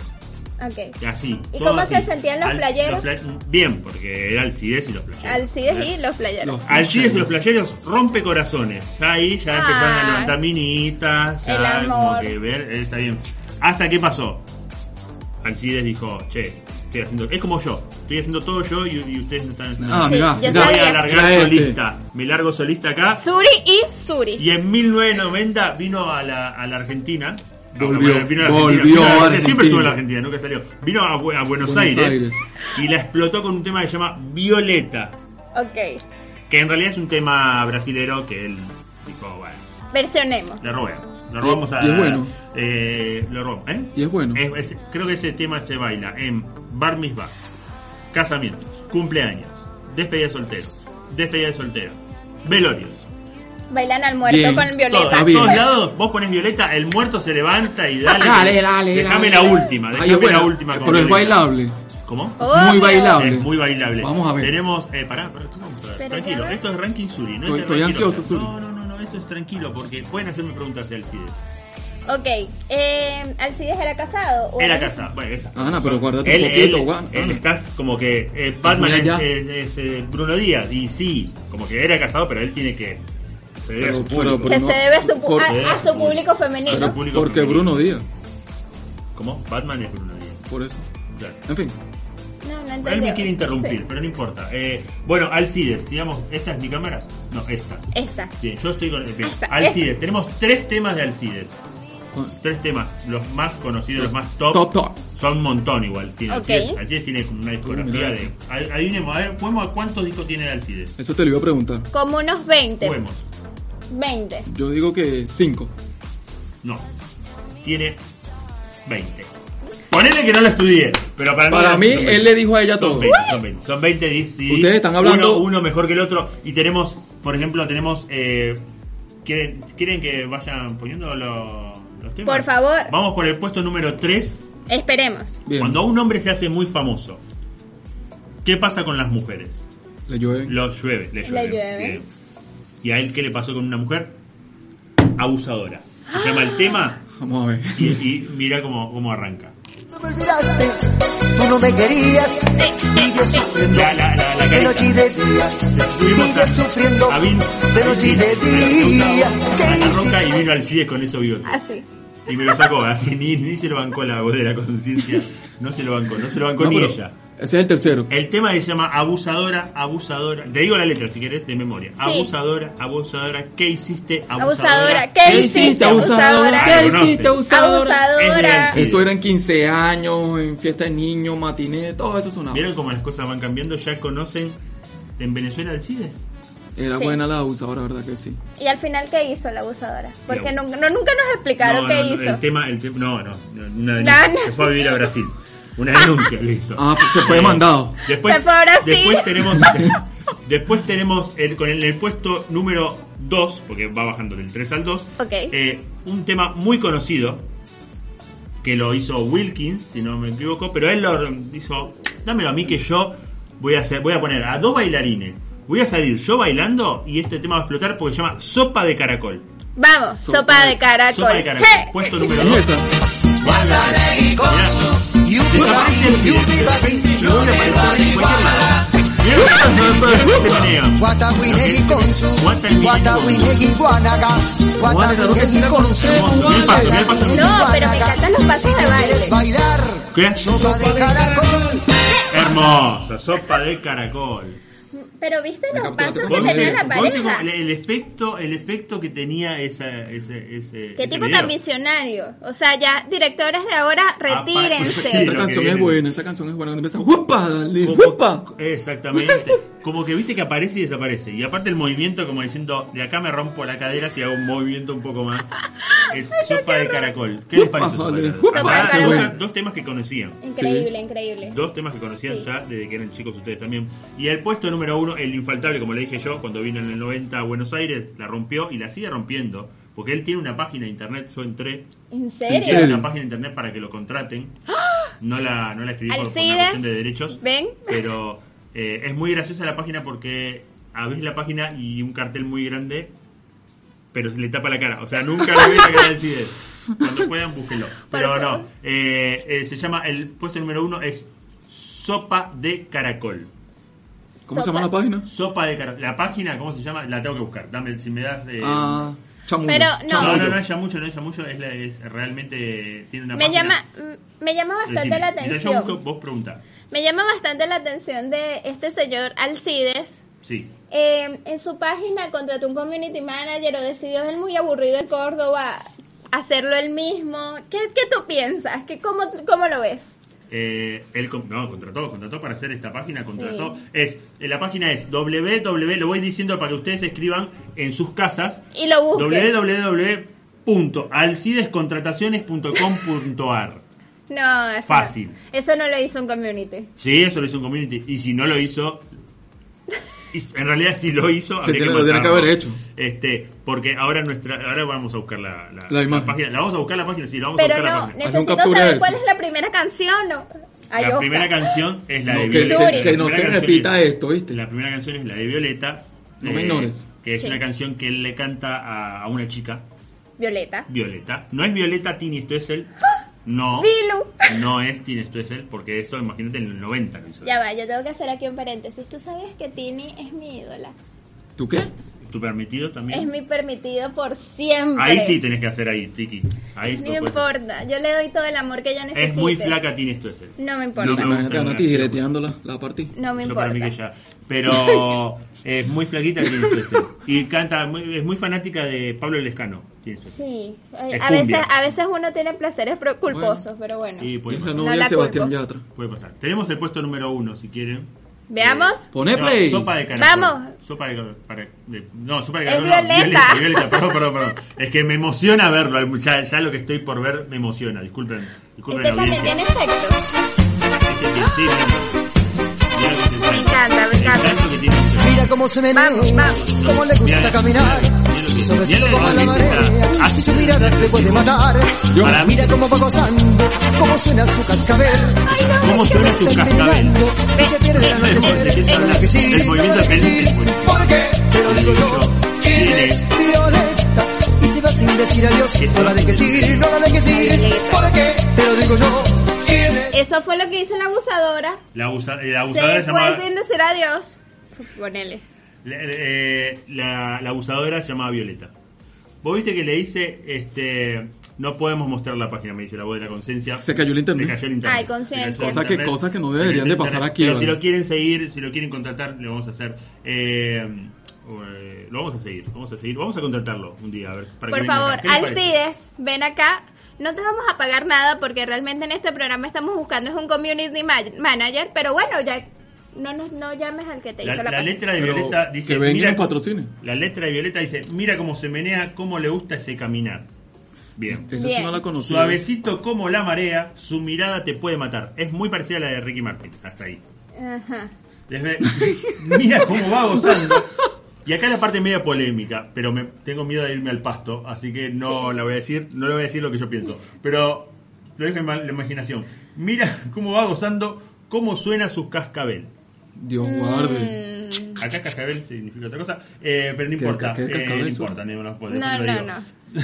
S1: ok.
S3: así.
S1: ¿Y
S3: todo
S1: cómo
S3: así.
S1: se sentían los playeros?
S3: pla- Bien, porque era Alcides y los Playeros.
S1: Alcides y
S3: ¿Eh?
S1: los playeros.
S2: Los-
S3: Alcides y los Playeros rompe corazones. Ya Ahí ya empezaron
S1: Ah.
S3: a levantar minitas, ya
S1: El amor.
S3: como que ver, eh, está bien. Hasta qué pasó. Alcides dijo, che, estoy haciendo, es como yo, estoy haciendo todo yo y, y ustedes no están.
S2: Ah,
S1: Sí,
S2: mirá,
S1: ya
S2: mirá.
S3: voy
S1: sabía.
S3: a alargar
S2: Mira este.
S3: solista. Me largo solista acá.
S1: Suri y Suri.
S3: Y en 1990 vino a la, a la Argentina.
S2: Volvió,
S3: Ah, vino
S2: volvió
S3: Vino
S2: a
S3: Siempre
S2: Argentina.
S3: estuvo en la Argentina, nunca salió. Vino a, Bu- a Buenos,
S2: Buenos
S3: Aires,
S2: Aires.
S3: y la explotó con un tema que se llama Violeta.
S1: Ok,
S3: Que en realidad es un tema brasilero que él dijo, bueno,
S1: versionemos.
S3: le robamos. Le robamos a.
S2: y es bueno.
S3: eh, lo robamos, ¿eh?
S2: Y es bueno.
S3: Es- es- creo que ese tema se baila en bar mitzvah, casamientos, cumpleaños, despedida de soltero, despedida de soltero, velorios.
S1: Bailan al muerto
S2: Bien.
S1: con
S3: Todo,
S1: Violeta.
S2: Está
S3: a
S2: bien.
S3: todos lados, vos pones Violeta, el muerto se levanta y dale.
S2: Ah, Dale,
S3: que-
S2: dale,
S3: Dejame
S2: dale.
S3: la última,
S2: Ahí es
S3: dejame
S2: buena,
S3: la última. con
S2: Pero es
S3: Violeta.
S2: bailable.
S3: ¿Cómo?
S1: Obvio.
S2: Muy bailable.
S3: Es muy bailable.
S2: Vamos a ver.
S3: Tenemos. Eh, pará, pará, vamos a ver.
S1: Espera,
S3: Tranquilo,
S1: espera.
S3: esto es ranking Suri. No
S2: Estoy-
S3: este es
S2: estoy
S3: ranking
S2: ansioso,
S3: Oscar.
S2: Suri.
S3: No, no, no, no, esto es tranquilo porque pueden hacerme preguntas de Alcides.
S1: Ok, eh, ¿Alcides era casado?
S2: Oh,
S1: o
S3: Era casa, bueno, esa.
S2: Ana, Ah, pero guárdate
S3: Él,
S2: un poquito,
S3: él-
S2: guá-
S3: él
S2: Ana.
S3: estás como que eh, Batman
S2: Mira
S3: es,
S2: ya.
S3: es- es, eh, Bruno Díaz y sí, como que era casado, pero él tiene que se debe a su
S2: Pero- pero-
S3: público.
S1: Que
S2: no,
S1: se debe a su, pu-
S2: por-
S1: a, a su público
S3: Pero
S1: femenino.
S3: público
S2: Porque
S3: femenino.
S2: Bruno Díaz.
S3: ¿Cómo? Batman es Bruno Díaz.
S2: Por eso.
S3: Claro.
S2: En fin.
S1: No, no
S3: Él me
S1: entendió.
S3: quiere interrumpir,
S1: Sí.
S3: pero no importa. Eh, bueno, Alcides, digamos, ¿esta es mi cámara? No, esta.
S1: Esta.
S3: Bien, yo estoy con. eh, bien,
S1: Esta,
S3: Alcides, tenemos tres temas de Alcides.
S2: Con-
S3: Tres temas, los más conocidos, los,
S2: Los
S3: más top.
S2: top, top.
S3: Son un montón igual. Tiene
S1: Ok.
S3: Alcides. Alcides tiene como una discografía
S2: Mira
S3: de.
S2: eso.
S3: Ad- Adivinemos, a ver, juguemos a cuántos discos tiene Alcides.
S2: Eso te lo iba a preguntar.
S1: Como unos 20.
S3: Juguemos.
S1: 20.
S2: Yo digo que 5.
S3: No. Tiene 20. Ponele que no lo estudié, pero para,
S2: Para mí,
S3: son 20.
S2: él le dijo a ella
S3: Son
S2: todo.
S3: 20, son 20, son 20 dis- sí.
S2: Ustedes están hablando-
S3: Uno, uno mejor que el otro. Y tenemos, por ejemplo, tenemos. eh, ¿quieren, ¿Quieren que vayan poniendo lo- los temas?
S1: Por favor.
S3: Vamos por el puesto número 3.
S1: Esperemos.
S2: Bien.
S3: Cuando un hombre se hace muy famoso, ¿qué pasa con las mujeres?
S2: Le llueve.
S3: Lo llueve, le llueve.
S1: llueve.
S3: Bien. ¿Y a él qué le pasó con una mujer? Abusadora. Se llama el tema
S2: Vamos a ver.
S3: y, y mira cómo, cómo arranca.
S4: Tú me olvidaste, tú no me querías, y yo sufriendo,
S3: La, la, la, la
S4: pero
S3: carita.
S4: noche y de día,
S3: Tuvimos
S4: sigue
S3: a-
S4: sufriendo,
S3: a Vin-
S4: de noche y
S3: Vin-
S4: de
S3: a la
S4: día,
S3: Roca- a
S4: ¿qué
S3: la roca y
S4: hiciste?
S3: vino al CIDE con eso bigote.
S1: Así.
S3: Y me lo sacó, así ni, ni se lo bancó la voz de la conciencia. No se lo bancó, no se lo bancó
S2: No,
S3: ni
S2: pero
S3: ella.
S2: Ese es el tercero.
S3: El tema se llama Abusadora, Abusadora. Te digo la letra si querés, de memoria. Abusadora, Abusadora, ¿qué hiciste?
S1: Abusadora. ¿Qué,
S2: ¿Qué hiciste, abusadora?
S3: Ah,
S2: ¿Qué
S3: lo
S2: hiciste,
S3: conoce.
S2: abusadora?
S3: Es de
S1: Abusadora.
S3: Alcides.
S2: Eso era en 15 años, en fiesta de niños, matiné, todo eso sonaba.
S3: ¿Vieron cómo las cosas van cambiando? ¿Ya conocen en Venezuela al CIDES?
S2: Era
S1: Sí.
S2: buena Eh, la abusadora, ¿verdad que sí?
S1: ¿Y al final qué hizo la abusadora? Porque
S3: No.
S1: nunca, no, nunca nos explicaron
S3: no,
S1: qué
S3: no, no,
S1: hizo.
S3: El tema, el tema, no, no, no, una denuncia.
S1: No, no.
S3: Se fue a vivir a Brasil. Una denuncia le hizo. Eh,
S2: Ah, pues se fue demandado.
S3: Después,
S1: Se fue a Brasil.
S3: Después tenemos, después tenemos el, con el, el puesto número 2, porque va bajando del 3 al 2.
S1: Ok.
S3: eh, un tema muy conocido que lo hizo Wilkins, si no me equivoco, pero él lo hizo, dámelo a mí que yo voy a hacer, voy a poner a dos bailarines. Voy a salir yo bailando y este tema va a explotar porque se llama Sopa de Caracol.
S1: Vamos, sopa,
S2: Sopa
S1: de
S2: de-
S1: caracol.
S3: Sopa de Caracol.
S1: ¡Hey!
S3: Puesto número
S2: ¿Y
S3: 2.
S2: esa?
S3: Desaparece el
S4: You
S3: cliente.
S4: be my-
S3: Lo vuelve a aparecer en cualquier lado. Mirá cómo se menea.
S4: Guatahuinegui con su,
S3: Guatahuinegui con su.
S4: Guatahuinegui guanaga, Guatahuinegui con su,
S3: Hermoso, mira el paso, mira el paso.
S1: No,
S4: Guatahuinegui
S1: pero me
S4: guanaga.
S1: encantan los pasos de
S4: ¿Quieres
S1: baile.
S4: bailar?
S3: ¿Qué?
S4: Sopa de caracol,
S3: hermosa, sopa de caracol.
S1: Pero viste
S2: Me
S1: los
S2: captura
S1: pasos
S2: tu
S1: que
S2: comedia.
S1: tenía la
S3: ¿Vos viste cómo-
S1: pareja.
S3: el, el efecto, el efecto que tenía esa, ese, ese.
S1: Qué
S3: ese
S1: tipo
S3: video?
S1: tan visionario. O sea, ya directores de ahora,
S3: Ah, sí,
S2: Esa
S3: lo
S1: retírense.
S3: que
S2: canción es
S3: viene.
S2: buena, esa canción es buena. Cuando empieza, ¡guapa! Dale,
S3: Como-
S2: ¡guapa!
S3: Exactamente. Como que viste que aparece y desaparece. Y aparte el movimiento, como diciendo, de acá me rompo la cadera si hago un movimiento un poco más. Es sopa de caracol. ¿Qué les parece? Sopa de caracol?
S2: Sopa
S1: de
S3: Aparte,
S1: caracol.
S3: dos- Dos temas que conocían.
S1: Increíble, increíble.
S3: Dos temas que conocían
S1: Sí.
S3: ya desde que eran chicos ustedes también. Y el puesto número uno, el infaltable, como le dije yo, cuando vino en el 90 a Buenos Aires, la rompió y la sigue rompiendo. Porque él tiene una página de internet, yo entré.
S1: ¿En
S3: Él
S1: serio?
S3: tiene
S2: serio?
S3: una página de internet para que lo contraten. No la, no la escribí por, por una
S1: Alcides,
S3: cuestión de derechos.
S1: ven.
S3: Pero eh, es muy graciosa la página porque abrís la página y un cartel muy grande, pero se le tapa la cara. O sea, nunca le ve la cara de Alcides. Cuando puedan, búsquenlo. Pero
S1: Por favor.
S3: no. eh, eh, se llama, el puesto número uno es Sopa de Caracol.
S2: ¿Cómo se llama
S1: Sopa.
S2: la página?
S3: Sopa de Caracol. La página, ¿cómo se llama? La tengo que buscar. Dame, si me das... eh,
S2: Ah, chamuyo.
S1: Pero no.
S3: no,
S2: Chamuyo.
S3: no, no, ella mucho, no, ella mucho. Es, la- es realmente... Tiene una
S1: Me
S3: página.
S1: llama, mm, me llama bastante
S3: Decime.
S1: la
S3: Mientras yo busco,
S1: atención.
S3: vos pregunta.
S1: Me llama bastante la atención de este señor Alcides.
S3: Sí.
S1: Eh, en su página contrató un community manager o decidió él muy aburrido en Córdoba hacerlo él mismo. ¿Qué, qué tú piensas? ¿Qué, cómo, ¿Cómo lo ves?
S3: Eh, él con- no, contrató, contrató para hacer esta página, contrató.
S1: Sí.
S3: Es, eh, la página es www, lo voy diciendo para que ustedes escriban en sus casas,
S1: Y lo busques.
S3: www.alcidescontrataciones.com.ar.
S1: No, eso,
S3: Fácil.
S1: Eso no lo hizo un community.
S3: Sí, eso lo hizo un community. Y si no lo hizo. y En realidad si lo hizo,
S2: Se
S3: habría
S2: tiene- lo tiene que
S3: matarlo.
S2: haber hecho.
S3: Este, porque ahora nuestra, ahora vamos a buscar la, la,
S2: La imagen.
S3: página. La vamos a buscar la página, sí, la vamos a
S1: Pero
S3: buscar la
S1: no,
S3: página.
S2: Haz un
S1: necesito
S2: captura
S1: saber
S2: de
S1: cuál
S2: eso.
S1: es la primera canción. No. Ay,
S3: La
S1: Oscar.
S3: primera canción es la
S2: No,
S3: de
S2: que,
S3: Violeta.
S2: que- que no
S3: La primera
S2: se
S3: canción
S2: repita
S3: es-
S2: esto, ¿viste?
S3: La primera canción es la de Violeta. eh,
S2: No me ignores.
S3: Que es
S1: Sí.
S3: una canción que él le canta a, a una chica,
S1: Violeta.
S3: Violeta. No es Violeta Tini Stoessel. No.
S1: Vilu.
S3: No es Tini Stoessel, porque eso, imagínate, en el 90 lo hizo.
S1: Ya va, yo tengo que hacer aquí un paréntesis. Tú sabes que Tini es mi ídola.
S2: ¿Tú qué?
S3: ¿Tu permitido también?
S1: Es mi permitido por siempre.
S3: Ahí sí tenés que hacer ahí, Tiki. Ahí
S1: No
S3: tú
S1: me
S3: puedes-
S1: importa. Yo le doy todo el amor que ella necesita.
S3: Es muy flaca Tini Stoessel.
S1: No me
S3: No
S1: importa.
S3: me
S1: No,
S2: Imagínate a
S3: gusta,
S2: Nati
S3: no.
S2: jireteándola la partida.
S1: me
S3: Yo
S1: importa.
S3: para mí que ya. Pero es muy flaquita Tini Stoessel. Y canta, muy- es muy fanática de Pablo Lescano. Tini Stoessel.
S1: Sí. Ay,
S3: Es
S1: A veces,
S3: cumbia.
S1: a veces uno tiene placeres pro- culposos, pero bueno.
S3: Y eh,
S2: Es
S3: puede
S2: la
S3: pasar.
S2: novia
S1: la
S2: de Sebastián
S1: culpo.
S2: Yatra.
S3: Puede pasar. Tenemos el puesto número uno, si quieren.
S1: Veamos.
S2: Poné
S3: No,
S2: E play.
S3: sopa de caracol.
S1: Vamos.
S3: Sopa de caracol. para- de- No, sopa de
S1: Es
S3: caracol. no,
S1: Violeta.
S3: Violeta, Violeta, perdón, perdón, perdón. Es que me emociona verlo. al- Ya, ya lo que estoy por ver me emociona. Disculpen. Disculpen
S1: Este
S3: la
S1: también
S3: audiencia.
S1: tiene efecto.
S3: Este sí, sí, sí. Mirá lo que
S1: Me encanta, me
S3: El
S1: encanta.
S3: salto que tiene.
S4: Mira cómo se menea,
S1: Vamos, vamos.
S4: cómo le
S3: Mirá,
S4: gusta caminar.
S3: mirá lo que-
S4: Sobre
S3: mirá
S4: su
S3: lo
S4: como
S3: que
S4: la marea,
S3: está.
S4: y su mirada te puede matar.
S3: Yo- Para mí-
S4: Mira cómo va gozando, cómo suena su cascabel.
S3: ¿Cómo suena su cascabel?
S4: Y se pierde la
S3: Ese-
S4: noche,
S3: ese- ese-
S4: claro que sí,
S3: el movimiento
S4: claro que
S3: del pene
S4: sí.
S3: es buenísimo.
S4: ¿Por qué? Te lo digo yo,
S3: ¿Quién
S4: eres
S3: es?
S4: Violeta. Y se va sin decir adiós,
S3: Eso.
S4: no la dejes ir, no la dejes ir. ¿Por qué? Te lo digo yo, ¿quién es?
S1: Eso fue lo que hizo la abusadora.
S3: La abusa- la abusadora
S1: Se
S3: se
S1: fue
S3: llamaba-
S1: sin decir adiós. Ponele.
S3: La, eh, la- la abusadora se llamaba Violeta. Vos viste que le dice, este, no podemos mostrar la página, me dice la voz de la conciencia.
S2: Se cayó el internet.
S3: Se cayó el internet.
S1: Ay, conciencia.
S3: Se cayó el
S2: Cosa que-
S3: internet.
S2: cosa que no
S3: Se cayó
S2: deberían de
S3: el
S2: pasar
S3: internet.
S2: aquí,
S3: Pero
S2: ¿vale?
S3: si lo quieren seguir, si lo quieren contratar, le vamos a hacer. eh, eh, lo vamos a seguir, vamos a seguir, vamos a contratarlo un día, a ver. para que
S1: Por
S3: venga
S1: favor,
S3: acá. ¿Qué les parece?
S1: Alcides, ven acá. No te vamos a pagar nada porque realmente en este programa estamos buscando es un community ma- manager, pero bueno, ya no nos no llames al que te
S3: La,
S1: hizo la,
S3: la
S1: pa-
S3: letra de
S2: Pero
S3: Violeta dice.
S2: que venga y
S3: mira,
S2: nos patrocine".
S3: La letra de Violeta dice: Mira cómo se menea, cómo le gusta ese caminar. Bien.
S2: Esa
S1: Bien.
S2: sí no la conocía.
S3: Suavecito como la marea, su mirada te puede matar. Es muy parecida a la de Ricky Martin, hasta ahí.
S1: Ajá.
S3: Desde, mira cómo va gozando. Y acá la parte media polémica, pero me, tengo miedo de irme al pasto, así que no la voy a decir, no le voy a decir lo que yo pienso. Pero lo dejo en ma- la imaginación. Mira cómo va gozando, cómo suena su cascabel.
S2: Dios guarde.
S1: Mm,
S3: Acá cascabel significa otra cosa, eh, pero no
S2: ¿Qué-
S3: importa,
S2: qué- qué
S3: eh,
S2: cascabel
S3: no
S2: suena?
S3: importa, no, no, después
S1: No,
S3: lo
S1: no,
S3: digo.
S1: no.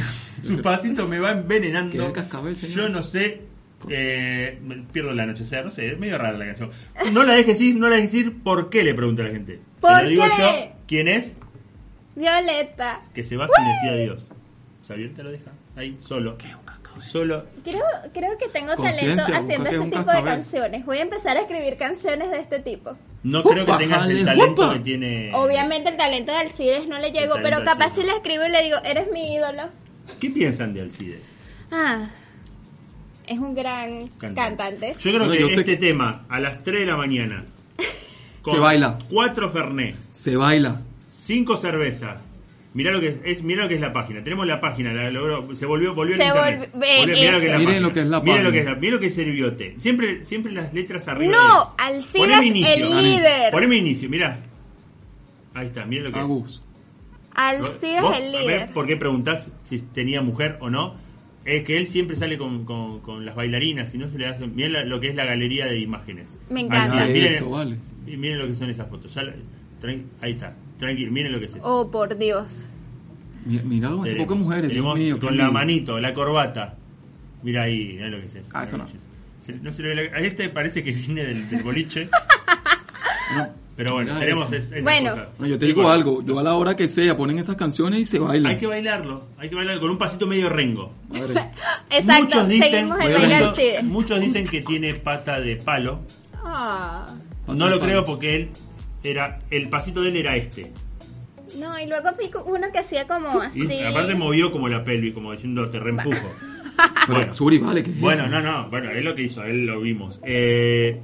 S3: Su pasito me va envenenando.
S2: ¿Qué cascabel, señor?
S3: Yo no sé. eh, me pierdo la noche, o sea, no sé, es medio rara la canción. No la dejes ir, no la dejes ir. ¿Por qué? Le pregunta la gente.
S1: ¿Por
S3: Te lo digo
S1: qué?
S3: yo. ¿Quién es?
S1: Violeta.
S3: Que se va sin decir adiós. O sea, bien te lo deja ahí, solo. solo.
S1: Creo, creo que tengo talento
S2: Conciencia, busca
S1: haciendo
S2: que
S1: este
S2: un
S1: tipo de
S2: cascabel.
S1: canciones. Voy a empezar a escribir canciones de este tipo.
S3: No creo que
S2: Upa,
S3: tengas el
S2: jale,
S3: talento
S2: upa.
S3: que tiene.
S1: Obviamente el talento de Alcides no le llegó,
S3: talento
S1: pero
S3: de
S1: capaz
S3: Alcides.
S1: si le escribo y le digo, eres mi ídolo.
S3: ¿Qué piensan de Alcides?
S1: Ah, es un gran
S3: Cantante.
S1: cantante.
S3: Yo creo
S2: Bueno,
S3: que
S2: yo sé
S3: este
S2: que-
S3: tema, a las 3 de la mañana,
S2: Se baila.
S3: Cuatro Fernet,
S1: Mm.
S2: Se baila.
S3: cinco cervezas. Mirá lo que es, es- mirá lo que es la página. Tenemos la página, la logró- se volvió, volvió en
S1: Se
S3: internet.
S1: volv- eh,
S3: Volvió- mirá lo que es la
S2: Miren
S3: página.
S2: lo que es la
S3: Mirá lo que es
S2: página.
S3: la- mirá lo que es el biote. Siempre, siempre las letras arriba.
S1: No,
S3: de-
S1: Alcides
S3: Poneme inicio,
S1: el
S3: dale.
S1: líder.
S3: Poneme inicio, mirá. Ahí está, mirá lo que es.
S2: Agus.
S1: Alcides
S3: ¿Vos,
S1: el
S3: a
S1: líder.
S3: ver, ¿Por qué preguntás si tenía mujer o no? Es que él siempre sale con, con- con las bailarinas, si no se le hace. Miren la- lo que es la galería de imágenes.
S1: Me
S2: Ah,
S1: encanta.
S3: Ahí está, miren,
S2: eso, vale.
S3: y miren lo que son esas fotos. Ya la- tran- ahí está, tranquilo, miren lo que es eso.
S1: Oh, por Dios.
S2: Mira, mira lo que hace
S3: Tenemos-
S2: pocas mujeres, Dios
S3: Eh, tenemos
S2: mío. qué
S3: Con la
S2: lindo.
S3: manito, la corbata. Mira ahí, mirá lo que es eso.
S2: Ah, eso no.
S3: Se- no se le ve la- a este parece que viene del, del boliche.
S2: No,
S3: Pero bueno,
S2: mirá
S3: tenemos
S2: eso.
S3: es- esas
S1: Bueno.
S3: cosas.
S2: No, yo te
S3: Y
S2: digo
S3: bueno,
S2: algo, yo a la hora que sea ponen esas canciones y se bailan.
S3: Hay que bailarlo, hay que bailarlo con un pasito medio rengo.
S2: Madre.
S1: Exacto,
S3: muchos dicen,
S1: seguimos
S2: voy
S1: el
S2: a
S1: baile
S2: ver.
S1: Alcides.
S3: muchos dicen que tiene pata de palo.
S1: Ah.
S3: No lo creo porque él era el pasito de él era este.
S1: No, y luego pico uno que hacía como así.
S3: Y aparte movió como la pelvis, como diciendo te reempujo.
S2: Pero,
S3: Bueno.
S2: Suri, vale, ¿qué es
S3: Bueno,
S2: eso?
S3: no, no, bueno, es lo que hizo, él lo vimos. Eh,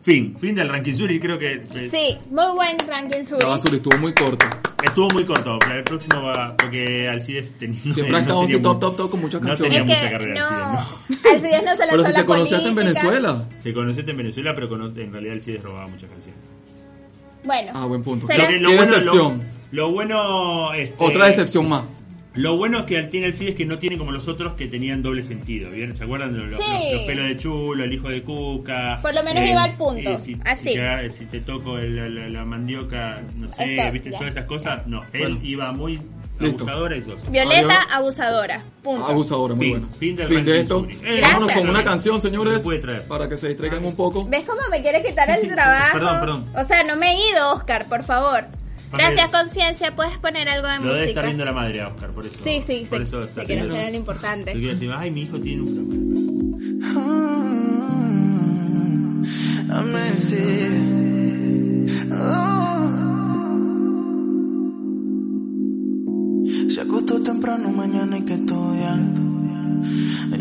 S3: fin, fin del ranking Suri, creo que eh,
S1: Sí, muy buen ranking sur.
S2: La basura estuvo muy corta.
S3: estuvo muy corto, pero el próximo va, porque Alcides tenía,
S2: Siempre
S3: no
S2: ha estado
S3: tenía
S2: así, top,
S3: mu-
S2: top, top, con muchas
S3: no
S2: canciones.
S3: tenía
S1: es
S3: mucha
S1: que
S3: carrera
S1: no.
S3: Alcides,
S1: Alcides no se lanzó
S2: Pero si
S1: la
S2: se conocía hasta en
S1: política.
S2: Venezuela.
S3: no. Se conoció en Venezuela, pero cono- en realidad Alcides robaba muchas canciones.
S1: Bueno.
S2: Ah, buen punto.
S1: Será-
S3: Lo que- lo
S2: Qué
S3: bueno- lo-
S2: decepción.
S3: Lo, bueno... este,
S2: Otra decepción más.
S3: Lo bueno es que tiene el CID es que no tiene como los otros que tenían doble sentido, ¿bien? ¿Se acuerdan de los, los-
S1: Sí.
S3: los pelos de chulo, el hijo de cuca? Eh,
S1: Por lo menos iba al punto,
S3: si,
S1: así.
S3: Si te, eh, si te toco el- la, la- la mandioca, no sé,
S1: Esto,
S3: ¿viste?
S1: ya.
S3: Todas esas cosas. No, él
S2: Bueno.
S3: iba muy
S2: Listo.
S3: abusadora y todo.
S1: Violeta
S2: Adiós.
S1: abusadora. Punto.
S2: Abusadora, muy
S3: Fin,
S2: buena.
S3: fin del
S2: de
S3: ranking
S2: esto.
S3: Suri. Eh,
S2: Vámonos
S1: gracias.
S2: con una canción,
S3: No
S2: señores,
S3: se puede traer.
S2: para que se distraigan un poco.
S1: ¿Ves cómo me quieres quitar el trabajo?
S3: Perdón, perdón.
S1: O sea, no me he ido, Oscar, por favor. Gracias, conciencia. Puedes poner algo de
S3: Lo debe estar viendo
S1: música.
S3: la madre a Oscar, por eso.
S1: Sí, sí,
S3: por
S1: sí.
S3: Eso está
S1: Se quiere
S3: viendo.
S1: hacer el importante.
S3: Yo quiero decir, Ay, mi hijo tiene un...
S5: Mm. Amanecer. Oh. Se acostó temprano, mañana hay que estudiar.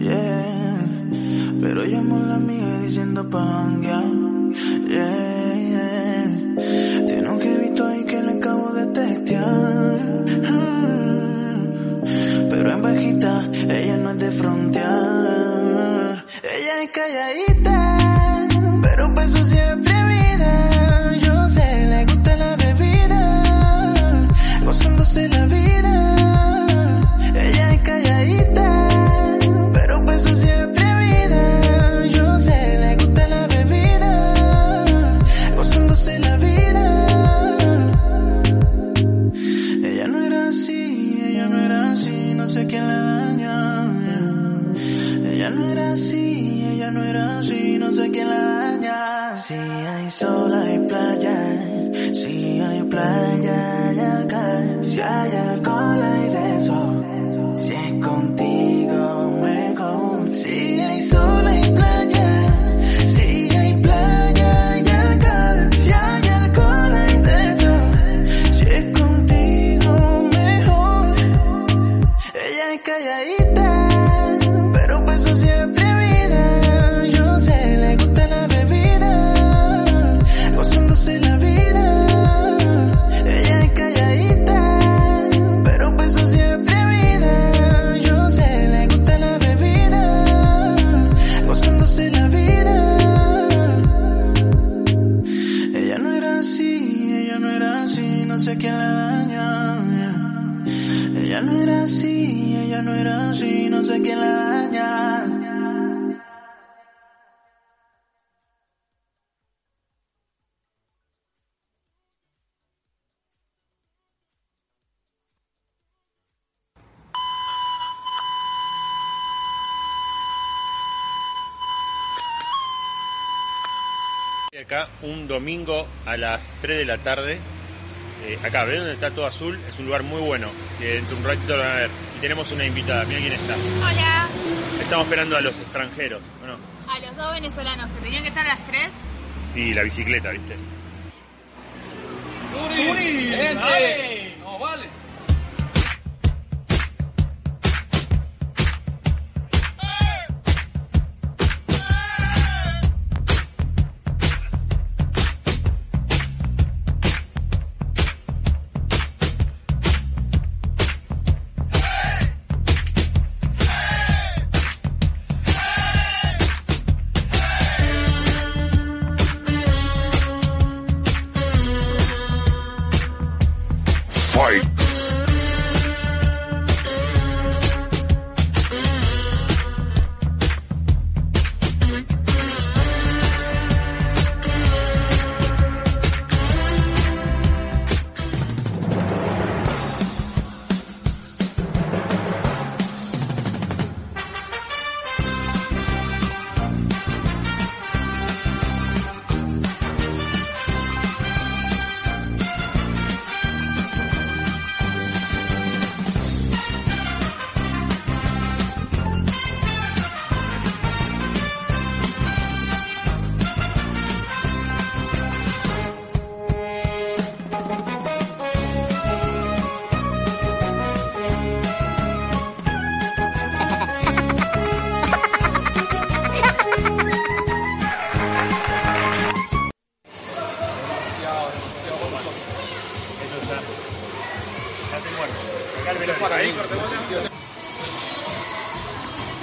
S5: Yeah. Pero llamó a la amiga diciendo pa' janguear. Yeah. Tiene un visto ahí que le acabo de testear. Ah. Pero en bajita, ella no es de frontear. Ella es calladita, pero pa' eso sí es atrevida. Yo sé, le gusta la bebida, gozándose la vida. Ella es calladita, pero pa' eso sí es atrevida. Yo sé, le gusta la bebida, gozándose la vida. Ella no era así, ella no era así, no sé quién la daña. Ella no era así, ella no era así, no sé quién la daña. Si hay sol, hay playa, si hay playa, hay acá. Si hay alcohol, hay de eso. Si es contigo, me con. Si hay sol, hay playa, si hay playa, hay acá. Si hay alcohol, hay de eso. Si es contigo, mejor. Ella es calladita, pero pa' eso sí es atrevida. Yo sé, le gusta la bebida, gozándose la vida. Ella es calladita, pero pa' eso sí es atrevida. Yo sé, le gusta la bebida, gozándose la vida. Ella no era así, ella no era así, no sé quién la daña. Ella no era así, ella no era así, no sé quién la daña.
S6: acá un domingo a las 3 de la tarde. Eh, acá, ¿ves donde está todo azul? Es un lugar muy bueno. Que dentro de un ratito lo van a ver. Y tenemos una invitada, mira quién está.
S1: Hola.
S6: Estamos esperando a los extranjeros, ¿o no?
S7: A los dos venezolanos que tenían que estar a las 3.
S6: Y la bicicleta, ¿viste?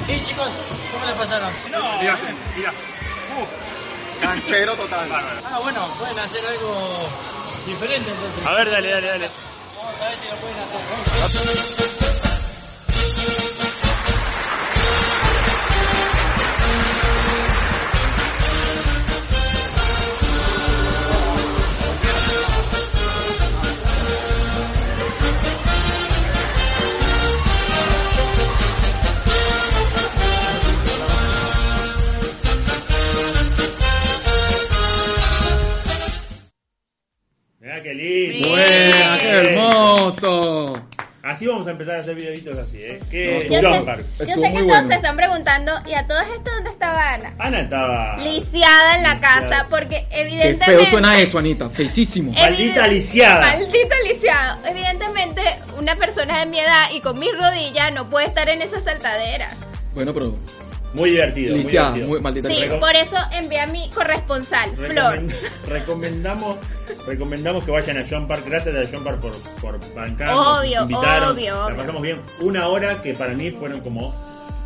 S8: Y chicos, ¿cómo le pasaron?
S6: Mirá, mirá.
S2: Canchero total.
S8: Ah, bueno, pueden hacer algo diferente entonces.
S6: A ver, dale, dale, dale.
S8: Vamos a ver si lo pueden hacer.
S3: Mirá qué lindo.
S2: Buena, qué hermoso.
S3: Así vamos a empezar a hacer videitos así, ¿eh? Qué
S2: Yo
S1: Yo sé,
S3: Jumper.
S1: yo sé
S2: Estuvo
S1: que
S2: muy
S1: todos
S2: bueno.
S1: se están preguntando, ¿y a todos esto dónde estaba Ana?
S3: Ana estaba.
S1: Lisiada en la
S3: Lisiada.
S1: casa, porque
S2: Qué
S1: evidentemente...
S2: feo suena eso, Anita. Feísimo.
S3: Eh. Maldita lisiada.
S1: Maldita lisiada. Evidentemente, una persona de mi edad y con mi rodilla no puede estar en esa saltadera.
S2: Bueno, pero
S3: Muy divertido. muy
S2: lisiada,
S3: divertido.
S2: muy maldita.
S1: Sí,
S2: lisiada.
S1: por eso envié a mi corresponsal, Flor.
S3: Recomen- Recomendamos, recomendamos que vayan a John Park. Gracias a John Park por, por bancar.
S1: Obvio, obvio,
S3: La
S1: obvio.
S3: pasamos bien. Una hora que para mí fueron como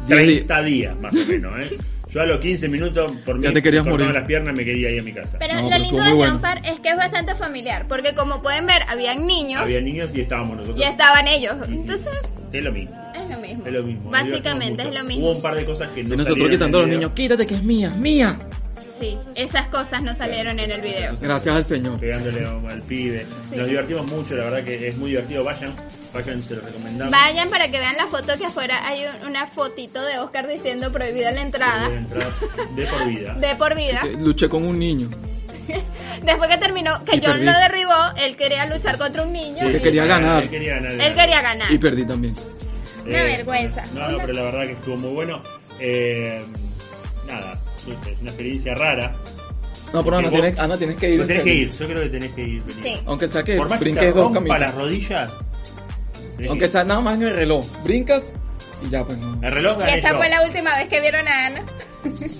S2: Diez
S3: 30 días más o menos. ¿eh? Yo a los 15 minutos por mí
S2: Ya te querías
S3: me cortaba
S2: morir.
S3: las piernas me quería ir a mi casa.
S1: Pero
S2: No,
S1: lo
S2: pero
S1: lindo
S2: estuvo
S1: de
S2: muy bueno.
S1: Jumpar es que es bastante familiar, porque como pueden ver, habían niños
S3: Había niños y estábamos nosotros.
S1: y estaban ellos. Entonces,
S3: Es lo mismo.
S1: es lo mismo.
S3: Es lo mismo.
S1: Básicamente
S3: Nos
S1: es
S3: divertimos
S1: lo
S3: mucho.
S1: mismo.
S3: Hubo un par de cosas que no
S2: Y nosotros
S3: salieron
S2: quitando a los
S3: en el
S2: niños, quítate que es mía, mía.
S1: Sí, esas cosas no salieron en el video.
S2: Gracias al Señor.
S3: pegándole al pibe. Nos divertimos mucho, la verdad que es muy divertido. Vayan, vayan, se los recomendamos.
S1: Vayan para que vean la foto que afuera hay un- una fotito de Oscar diciendo prohibida la entrada.
S3: Pueden entrar de por vida.
S1: De por vida.
S2: Eh, Luché con un niño
S1: Después que terminó, que
S2: Y
S1: John
S2: perdí.
S1: lo derribó, él quería luchar contra un niño.
S2: Sí.
S1: y
S2: Que quería ganar.
S3: Él quería ganar. Eh,
S1: Él quería ganar.
S2: y perdí también.
S1: Una vergüenza.
S3: No, no, pero la verdad que estuvo muy bueno. Eh, nada, es una experiencia rara.
S2: No, pero Ana,
S3: Porque
S2: tienes,
S3: vos-
S2: Ana, tienes que ir.
S3: Pero
S2: en
S3: tenés que
S2: serio.
S3: ir, yo creo que tenés que ir. vení.
S1: Sí.
S2: Aunque sea que
S3: Por más que te
S2: brinques dos
S3: rompa
S2: caminos.
S3: las rodillas. tenés que
S2: Aunque
S3: ir.
S2: sea nada más en el reloj. Brincas y ya, pues, no.
S3: El reloj gané
S1: esta
S3: yo.
S1: fue la última vez que vieron a Ana.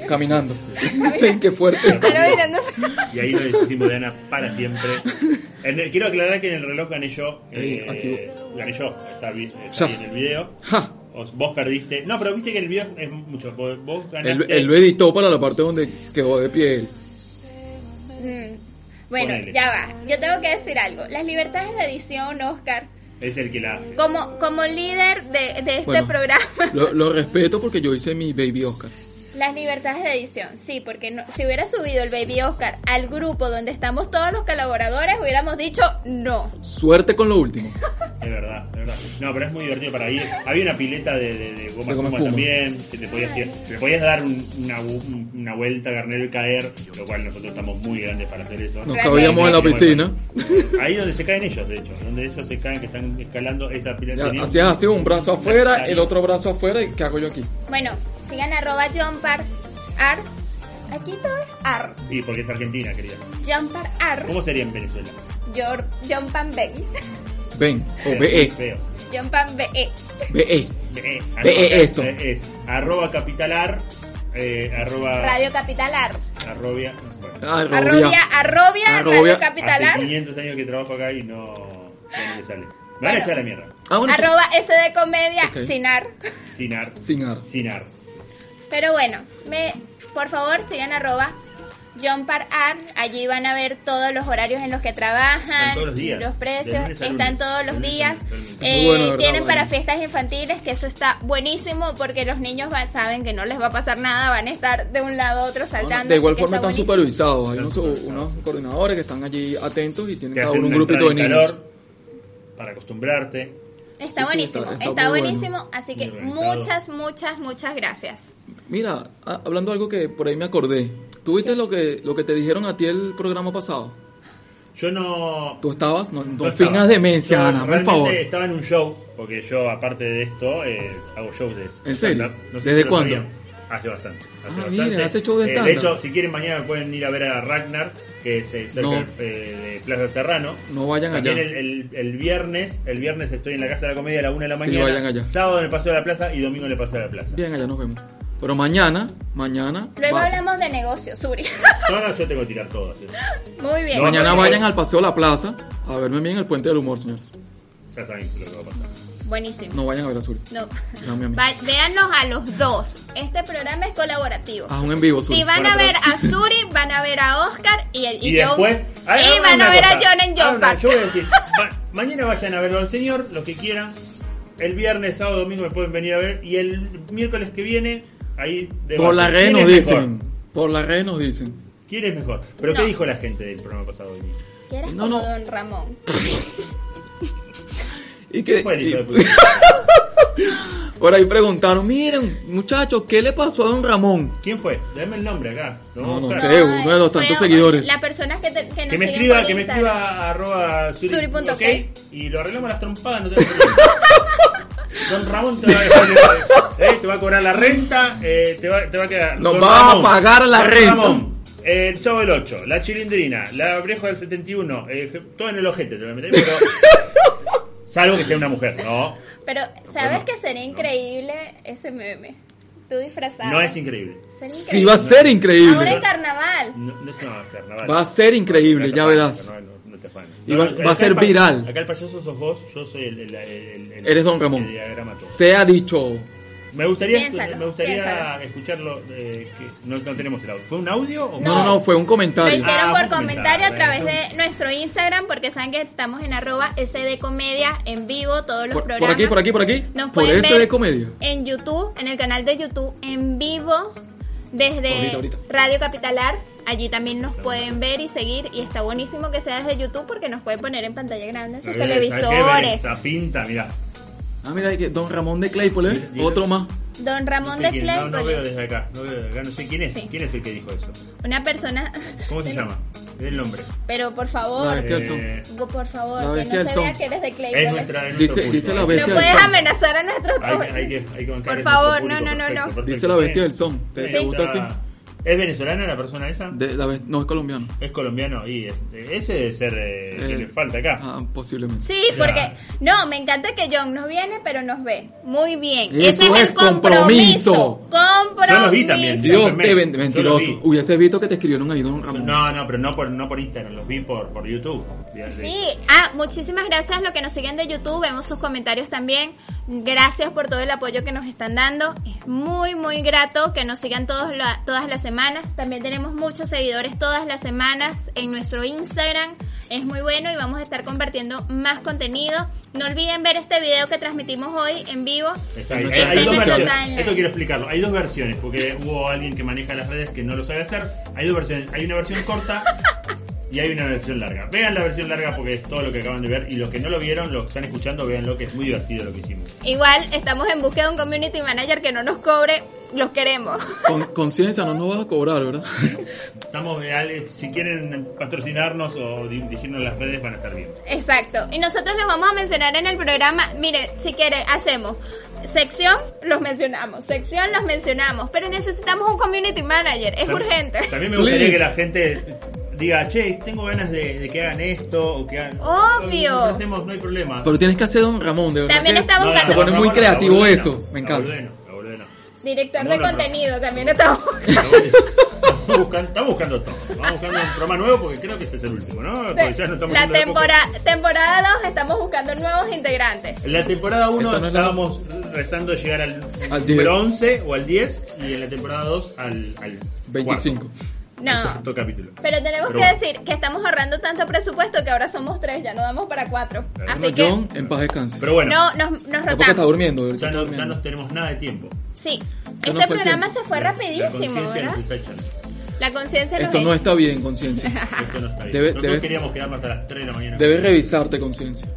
S2: caminando. Ven, Qué fuerte.
S1: Ana mirándose.
S3: Y ahí lo deshicimos de Ana para siempre. En el- quiero aclarar que en el reloj gané yo. eh,
S2: Ey,
S3: gané yo, está, bien, está
S2: Ya.
S3: bien el video.
S2: Ja.
S3: Os- Vos perdiste. No, pero viste que el video es mucho. Vos, vos
S2: Él,
S3: ganaste.
S2: él lo editó para la parte donde quedó de pie él.
S1: Mm. Bueno,
S3: Ponele.
S1: ya va. Yo tengo que decir algo. Las libertades de edición, Oscar,
S3: Es el que la hace.
S1: como, como líder de, de este
S2: Bueno.
S1: programa,
S2: Lo, lo respeto porque yo hice mi baby Oscar.
S1: las libertades de edición. Sí, porque no- si hubiera subido el baby Oscar al grupo donde estamos todos los colaboradores, hubiéramos dicho no.
S2: Suerte con lo último.
S3: Es verdad, es verdad. No, pero es muy divertido para ir. Había una pileta de, de, de goma
S2: De
S3: espuma
S2: goma espuma.
S3: también, que te podías, ir- te podías dar un- una, bu- una vuelta, carnero y caer, lo cual nosotros estamos muy grandes para hacer eso.
S2: Nos
S1: Realmente.
S2: cabíamos en la piscina.
S3: Ahí donde se caen ellos, de hecho, donde ellos se caen, que están escalando esa pileta.
S2: Ya,
S3: tenía-
S2: Hacías así, un brazo afuera, el otro brazo afuera y ¿qué hago yo aquí?
S1: Bueno, Sigan arroba Jumpart Art. Aquí todo es Art.
S3: Y porque es Argentina, querida.
S1: Jumpart Art.
S3: ¿Cómo sería en Venezuela?
S1: Yor- Jumpan Bay.
S2: Ven, oh, o BE,
S3: Feo.
S1: Jumpan BE.
S2: BE.
S3: Eh,
S2: eh. Ve esto.
S3: eh, eh, arroba capitalar. Eh,
S2: Ah.
S3: arroba.
S1: Radio Capital Art.
S3: Arrobia. Bueno,
S1: Arrobia, arrobia,
S2: Arrobia.
S1: Radio Capital
S3: hace
S1: Art.
S3: 500 años que trabajo acá y no, no me sale. Me van a echar a la mierda.
S2: Ah, bueno,
S1: Arroba SD Comedia
S2: Ok.
S1: sin Art.
S3: Sin ar.
S2: Sin ar.
S3: Sin ar.
S1: Pero bueno, me, por favor sigan arroba John Par Art. Allí van a ver todos los horarios en los que trabajan,
S3: Están todos los días. De
S1: precios,
S3: lunes a
S1: están
S3: lunes.
S1: todos los
S3: De lunes a
S1: días.
S3: lunes. Está
S1: Eh,
S2: muy bueno, de verdad,
S1: tienen para
S2: bueno.
S1: fiestas infantiles, que eso está buenísimo porque los niños va- saben que no les va a pasar nada, van a estar de un lado a otro saltando.
S2: de igual
S1: así que
S2: forma
S1: está
S2: están
S1: buenísimo.
S2: supervisados. Hay
S3: Están
S2: unos,
S3: supervisados.
S2: unos coordinadores que están allí atentos y tienen
S3: Te
S2: cada
S3: hacen
S2: uno un
S3: una
S2: grupito de
S3: entrada en
S2: niños.
S3: calor Para acostumbrarte.
S1: Está
S2: Sí, sí,
S1: buenísimo,
S2: está-
S1: está,
S2: está muy bueno.
S1: buenísimo, así que
S3: Muy organizado.
S1: muchas, muchas, muchas gracias.
S2: Mira, ah, hablando algo que por ahí me acordé. ¿Tú viste lo que, lo que te dijeron a ti el programa pasado?
S3: Yo no.
S2: Tú estabas, no, no
S3: no estaba.
S2: fingas demencia,
S3: No,
S2: Ana, por
S3: realmente
S2: favor.
S3: Estaba en un show, porque yo, aparte de esto, eh, hago shows de.
S2: ¿En serio?
S3: stand-up. sé
S2: ¿Desde
S3: si lo
S2: cuándo?
S3: sabían. Hace bastante. Hace
S2: Ah,
S3: bastante.
S2: mira, hace show de
S3: Eh, De
S2: stand-up.
S3: hecho, si quieren, mañana pueden ir a ver a Ragnar, que es eh, cerca
S2: No.
S3: eh, de Plaza Serrano.
S2: No vayan
S3: También
S2: allá.
S3: El, el- el viernes, el viernes estoy en la Casa de la Comedia a la 1 de la
S2: Sí,
S3: mañana.
S2: vayan allá.
S3: Sábado en el Paseo de la Plaza y domingo en el Paseo de la Plaza.
S2: Bien, allá nos vemos. Pero mañana, mañana.
S1: Luego
S2: va-
S1: hablamos de negocios, Suri.
S3: Ahora yo tengo que tirar eh. todo. así.
S1: Muy bien.
S3: No,
S2: Mañana
S3: no, no.
S2: vayan al Paseo La Plaza a verme bien el Puente del Humor, señores.
S3: Ya saben lo que va a pasar.
S1: Buenísimo.
S2: No vayan a ver a Suri.
S1: No.
S2: Dame a mí.
S1: Va- véannos a los dos. Este programa es colaborativo.
S2: Haz un en vivo, Ah, Suri.
S1: si van
S3: bueno,
S1: a ver
S3: pero-
S1: a Suri, van a ver a Oscar y, y,
S3: Y
S1: yo-
S3: después.
S1: y
S3: hagamos
S1: van
S3: una
S1: a ver a
S3: cosa.
S1: John en
S3: Hagan
S1: John
S3: una-
S1: Park.
S3: Yo voy a decir, ma- mañana vayan a verlo al señor, los que quieran. El viernes, sábado, domingo me pueden venir a ver. Y el miércoles que viene, ahí de
S2: Por la
S3: ¿Quién
S2: red nos
S3: es
S2: dicen.
S3: mejor?
S2: Por la red nos dicen.
S3: ¿Quién es mejor? ¿Pero
S1: No.
S3: qué dijo la gente del programa pasado? Emi?
S1: Que eres
S2: No,
S1: como
S2: no.
S1: Don Ramón.
S2: Y que
S3: Fue el hijo de
S2: y-
S3: puta.
S2: por ahí preguntaron, miren, muchachos, ¿qué le pasó a don Ramón?
S3: ¿Quién fue? Dame el nombre acá. Lo vamos
S2: No,
S3: a
S2: no
S3: buscar.
S2: sé. Eh, uno de los
S1: fue
S2: tantos
S1: a-
S2: seguidores.
S1: Las personas que, te- que nos
S3: Que me
S1: siguen
S3: escriba,
S1: por
S3: que me
S1: Instagram.
S3: escriba a arroba suri-
S1: Suri punto
S3: ok,
S1: K.
S3: y lo arreglamos las trompadas, no tengo problema. Don Ramón te va a dejar, eh, te va a cobrar la renta, eh, te, va, te va a quedar.
S2: Nos
S3: Don
S2: va a
S3: Ramón,
S2: pagar la
S3: Don
S2: renta.
S3: Ramón, eh, el Chavo del 8, la Chilindrina, la Brejo del 71, eh, que- todo en el ojete te lo voy a meter, pero- Salvo que sea una mujer, no.
S1: Pero, ¿sabes que sería increíble ese meme? Tú disfrazado.
S3: No es increíble.
S1: Sería
S2: Sí, va a
S1: increíble.
S2: ser
S1: Ahora en
S2: increíble.
S1: carnaval.
S3: No, no es una carnaval.
S2: Va a ser increíble,
S3: No te
S2: ya
S3: afanes,
S2: verás.
S3: carnaval, no- no te afanes.
S2: Y
S3: No,
S2: va-
S3: no,
S2: va a
S3: acá
S2: ser
S3: el pa-
S2: viral.
S3: Acá el payaso sos vos, yo soy el. el- el- el-
S2: Eres Don
S3: el
S2: Ramón.
S3: diagrama todo.
S2: Se ha dicho.
S3: Me gustaría,
S1: Piénsalo,
S3: me gustaría
S1: piénsalo.
S3: escucharlo. eh, que no, no tenemos el audio. ¿Fue un audio o
S2: No, no, no, fue un
S1: Lo
S2: comentario.
S1: hicieron
S3: Ah,
S1: por
S3: un comentario,
S1: comentario a través
S3: bueno.
S1: de nuestro Instagram porque saben que estamos en arroba SD Comedia en vivo todos los
S2: Por, por
S1: programas.
S2: aquí, por aquí, por aquí.
S1: Nos
S2: Por
S1: pueden
S2: ese
S1: ver
S2: de comedia.
S1: En YouTube, en el canal de YouTube en vivo desde
S2: Ahorita, ahorita.
S1: Radio Capitalar. Allí también nos pueden ver y seguir y está buenísimo que sea desde YouTube porque nos puede poner en pantalla grande en sus
S3: ¿Sabés qué?
S1: televisores.
S3: Esta pinta, mira.
S2: Ah, mira, hay que Don Ramón de Claypole, ¿eh?
S3: Mira,
S2: otro más.
S1: Don Ramón
S3: sé
S1: de
S3: quién, no, no
S1: Claypole,
S3: veo desde acá. No veo desde acá. No sé quién es.
S1: Sí.
S3: ¿Quién es el que dijo eso?
S1: una persona,
S3: ¿Cómo se llama? El nombre.
S1: pero por
S2: La
S1: favor,
S2: bestia del
S3: Eh,
S2: son.
S1: go- por
S2: la
S1: favor, que
S2: bestia
S1: no
S2: del
S1: se vea
S2: son.
S1: que eres de
S3: es
S1: Claypole.
S3: nuestra. es
S2: Dice-
S3: nuestro
S2: dice
S3: público.
S2: la
S1: No
S2: bestia del
S1: puedes
S2: son.
S1: amenazar a nuestros
S3: Hay, hay que, hay que bancar
S1: Por
S3: a nuestro
S1: favor,
S3: público,
S1: no, no, no,
S3: perfecto,
S1: no.
S3: perfecto.
S2: Dice la bestia del son. ¿Te-
S3: Bien,
S2: te gusta
S3: está-
S2: así?
S3: ¿Es venezolana la persona esa?
S2: De la vez- no es colombiano.
S3: Es colombiano y es- ese debe ser eh, que
S2: Eh,
S3: le falta acá.
S2: Ah, posiblemente.
S1: Sí,
S3: Ya.
S1: porque no, me encanta que John nos viene, pero nos ve. Muy bien.
S2: Eso
S1: Ese es
S2: es
S1: el
S2: compromiso.
S1: compromiso. Compromiso.
S3: Yo lo vi también. Sí,
S2: Dios
S3: también.
S2: te
S3: Yo
S2: ben-
S3: lo vi.
S2: mentiroso. Hubiese visto que te escribieron ahí Don Ramón.
S3: No, no, pero no por, no por Instagram, los vi por, por YouTube. De- de-
S1: Sí. Ah, muchísimas gracias a los que nos siguen de YouTube. Vemos sus comentarios también. Gracias por todo el apoyo que nos están dando. Es muy, muy grato que nos sigan todos la- todas las semanas. También tenemos muchos seguidores todas las semanas en nuestro Instagram. Es muy bueno y vamos a estar compartiendo más contenido. No olviden ver este video que transmitimos hoy en vivo.
S3: Está ahí.
S2: En
S3: Hay, hay dos
S2: nuestras redes
S3: versiones.
S1: sociales.
S3: Esto quiero explicarlo. Hay dos versiones, porque hubo alguien que maneja las redes que no lo sabe hacer. Hay dos versiones. Hay una versión corta y hay una versión larga. Vean la versión larga porque es todo lo que acaban de ver. Y los que no lo vieron, los que están escuchando, véanlo, que es muy divertido lo que hicimos.
S1: Igual estamos en búsqueda de un community manager que no nos cobre, los queremos.
S2: Con conciencia, no nos vas a cobrar, ¿verdad?
S3: Estamos de Alex. Si quieren patrocinarnos o di- dirigirnos las redes, van a estar bien.
S1: Exacto. Y nosotros los vamos a mencionar en el programa. Mire, si quiere, hacemos sección los mencionamos, sección los mencionamos, pero necesitamos un community manager, es
S3: Tam-
S1: urgente.
S3: También me gustaría
S2: Please.
S3: que la gente diga, che, tengo ganas de, de que hagan esto o que hagan.
S1: Obvio.
S3: No, no hacemos, no hay problema.
S2: Pero tienes que hacer Don Ramón, de verdad.
S1: También
S2: que
S1: está
S3: No, no,
S1: buscando-
S2: Se pone
S3: no,
S2: muy
S3: no,
S2: creativo
S3: la boludez
S2: eso.
S3: no,
S2: Me
S3: la
S2: encanta.
S3: boludez no, la boludez no.
S1: Director
S3: No,
S1: de
S3: no, no.
S1: contenido, también está
S3: Está buscando, está buscando todo. Vamos buscando un programa nuevo porque creo que este es el último, ¿no? Porque ya no estamos haciendo de
S1: La
S3: a poco.
S1: temporada, temporada 2 estamos buscando nuevos integrantes.
S3: En la temporada 1
S2: Esta no es la-
S3: estábamos rezando llegar al,
S2: Al 10.
S3: número 11 o al 10 y en la temporada 2 al, al
S2: 25.
S3: cuarto, al
S1: No.
S3: cuarto capítulo.
S1: Pero tenemos
S3: Pero
S1: que
S3: bueno.
S1: decir que estamos ahorrando tanto presupuesto que ahora somos tres, ya no damos para cuatro.
S3: Claro.
S1: Así
S2: Bueno,
S1: que
S2: John, en paz descanse.
S3: Pero bueno,
S1: no, nos, nos
S2: Tampoco está
S1: rotamos.
S2: durmiendo.
S3: ya,
S2: está
S3: no, ya
S2: durmiendo.
S3: no tenemos nada de tiempo.
S1: Sí,
S2: Ya no
S1: este
S2: fue el
S1: programa
S2: tiempo.
S1: se fue
S3: La
S1: rapidísimo,
S3: conciencia
S1: ¿verdad?
S3: nos está echando.
S1: La conciencia nos
S2: Esto no
S1: echa.
S2: está bien, conciencia.
S1: Ah.
S3: Esto no está bien.
S2: Debe-
S3: Nosotros
S2: debe-
S3: queríamos quedarnos hasta las 3 de la mañana.
S2: Debes revisarte, conciencia.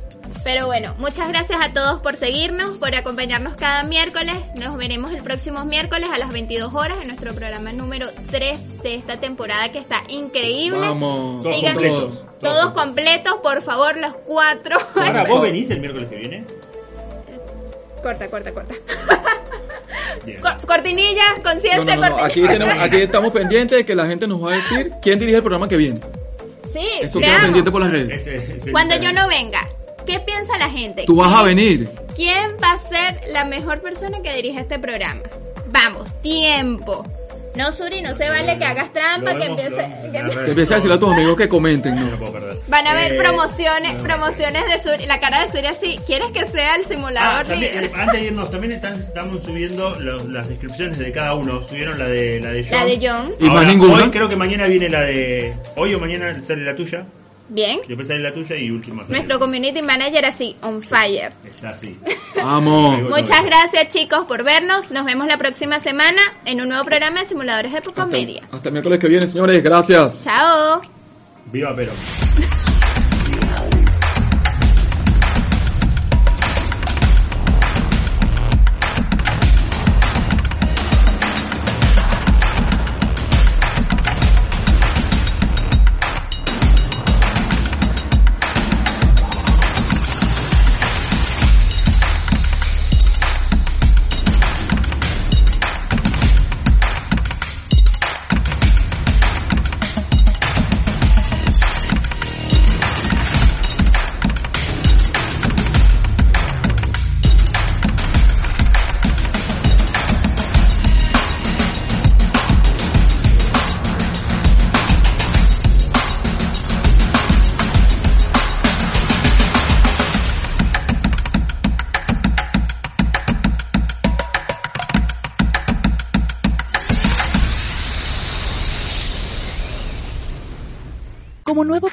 S1: Pero bueno, muchas gracias a todos por seguirnos, por acompañarnos cada miércoles. Nos veremos el próximo miércoles a las 22 horas en nuestro programa número 3 de esta temporada que está increíble.
S2: Vamos.
S3: Todos
S1: Sigan-
S3: completos.
S1: Todos completos, por favor, los cuatro.
S3: Ahora, ¿vos venís el miércoles que viene?
S1: corta, corta, corta.
S3: Bien.
S1: Cor- cortinillas,
S2: No,
S1: conciencia,
S2: no, no, no. Aquí,
S1: cortinillas.
S2: tenemos, aquí estamos pendientes de que la gente nos va a decir quién dirige el programa que viene.
S1: Sí,
S2: Eso queda
S1: veamos.
S2: pendiente por las redes.
S3: Ese- ese-
S1: Cuando yo no venga, ¿qué piensa la gente?
S2: Tú vas a venir.
S1: ¿Quién va a ser la mejor persona que dirige este programa? Vamos, tiempo. No, Suri, no se vale que hagas trampa,
S3: Lo
S1: que
S3: vemos, lo vemos
S1: empiece...
S3: en
S1: que
S3: las
S1: empie-
S3: redes.
S2: Te empiezas a decirle a tus amigos que comenten.
S3: No
S2: ¿no?
S3: lo puedo perder.
S1: Van a haber
S3: Eh,
S1: promociones,
S3: no.
S1: promociones de Suri. La cara de Suri así. ¿Quieres que sea el
S3: Ah,
S1: simulador
S3: también, eh,
S1: líder?
S3: antes de irnos, también están, estamos subiendo lo- las descripciones de cada uno. Subieron la de la de John.
S1: La de John.
S2: Y
S3: Ahora,
S2: más ninguna.
S3: Hoy creo que mañana viene la de. Hoy o mañana sale la tuya.
S1: Bien.
S3: Después sale la tuya y última. sale.
S1: Nuestro community manager así, on fire.
S3: Está así.
S2: Vamos.
S1: Muchas gracias chicos por vernos. Nos vemos la próxima semana en un nuevo programa de simuladores de
S2: Hasta,
S1: Pocomedia.
S2: hasta el miércoles que viene, señores. Gracias.
S1: Chao.
S3: Viva Perón.
S4: Como nuevo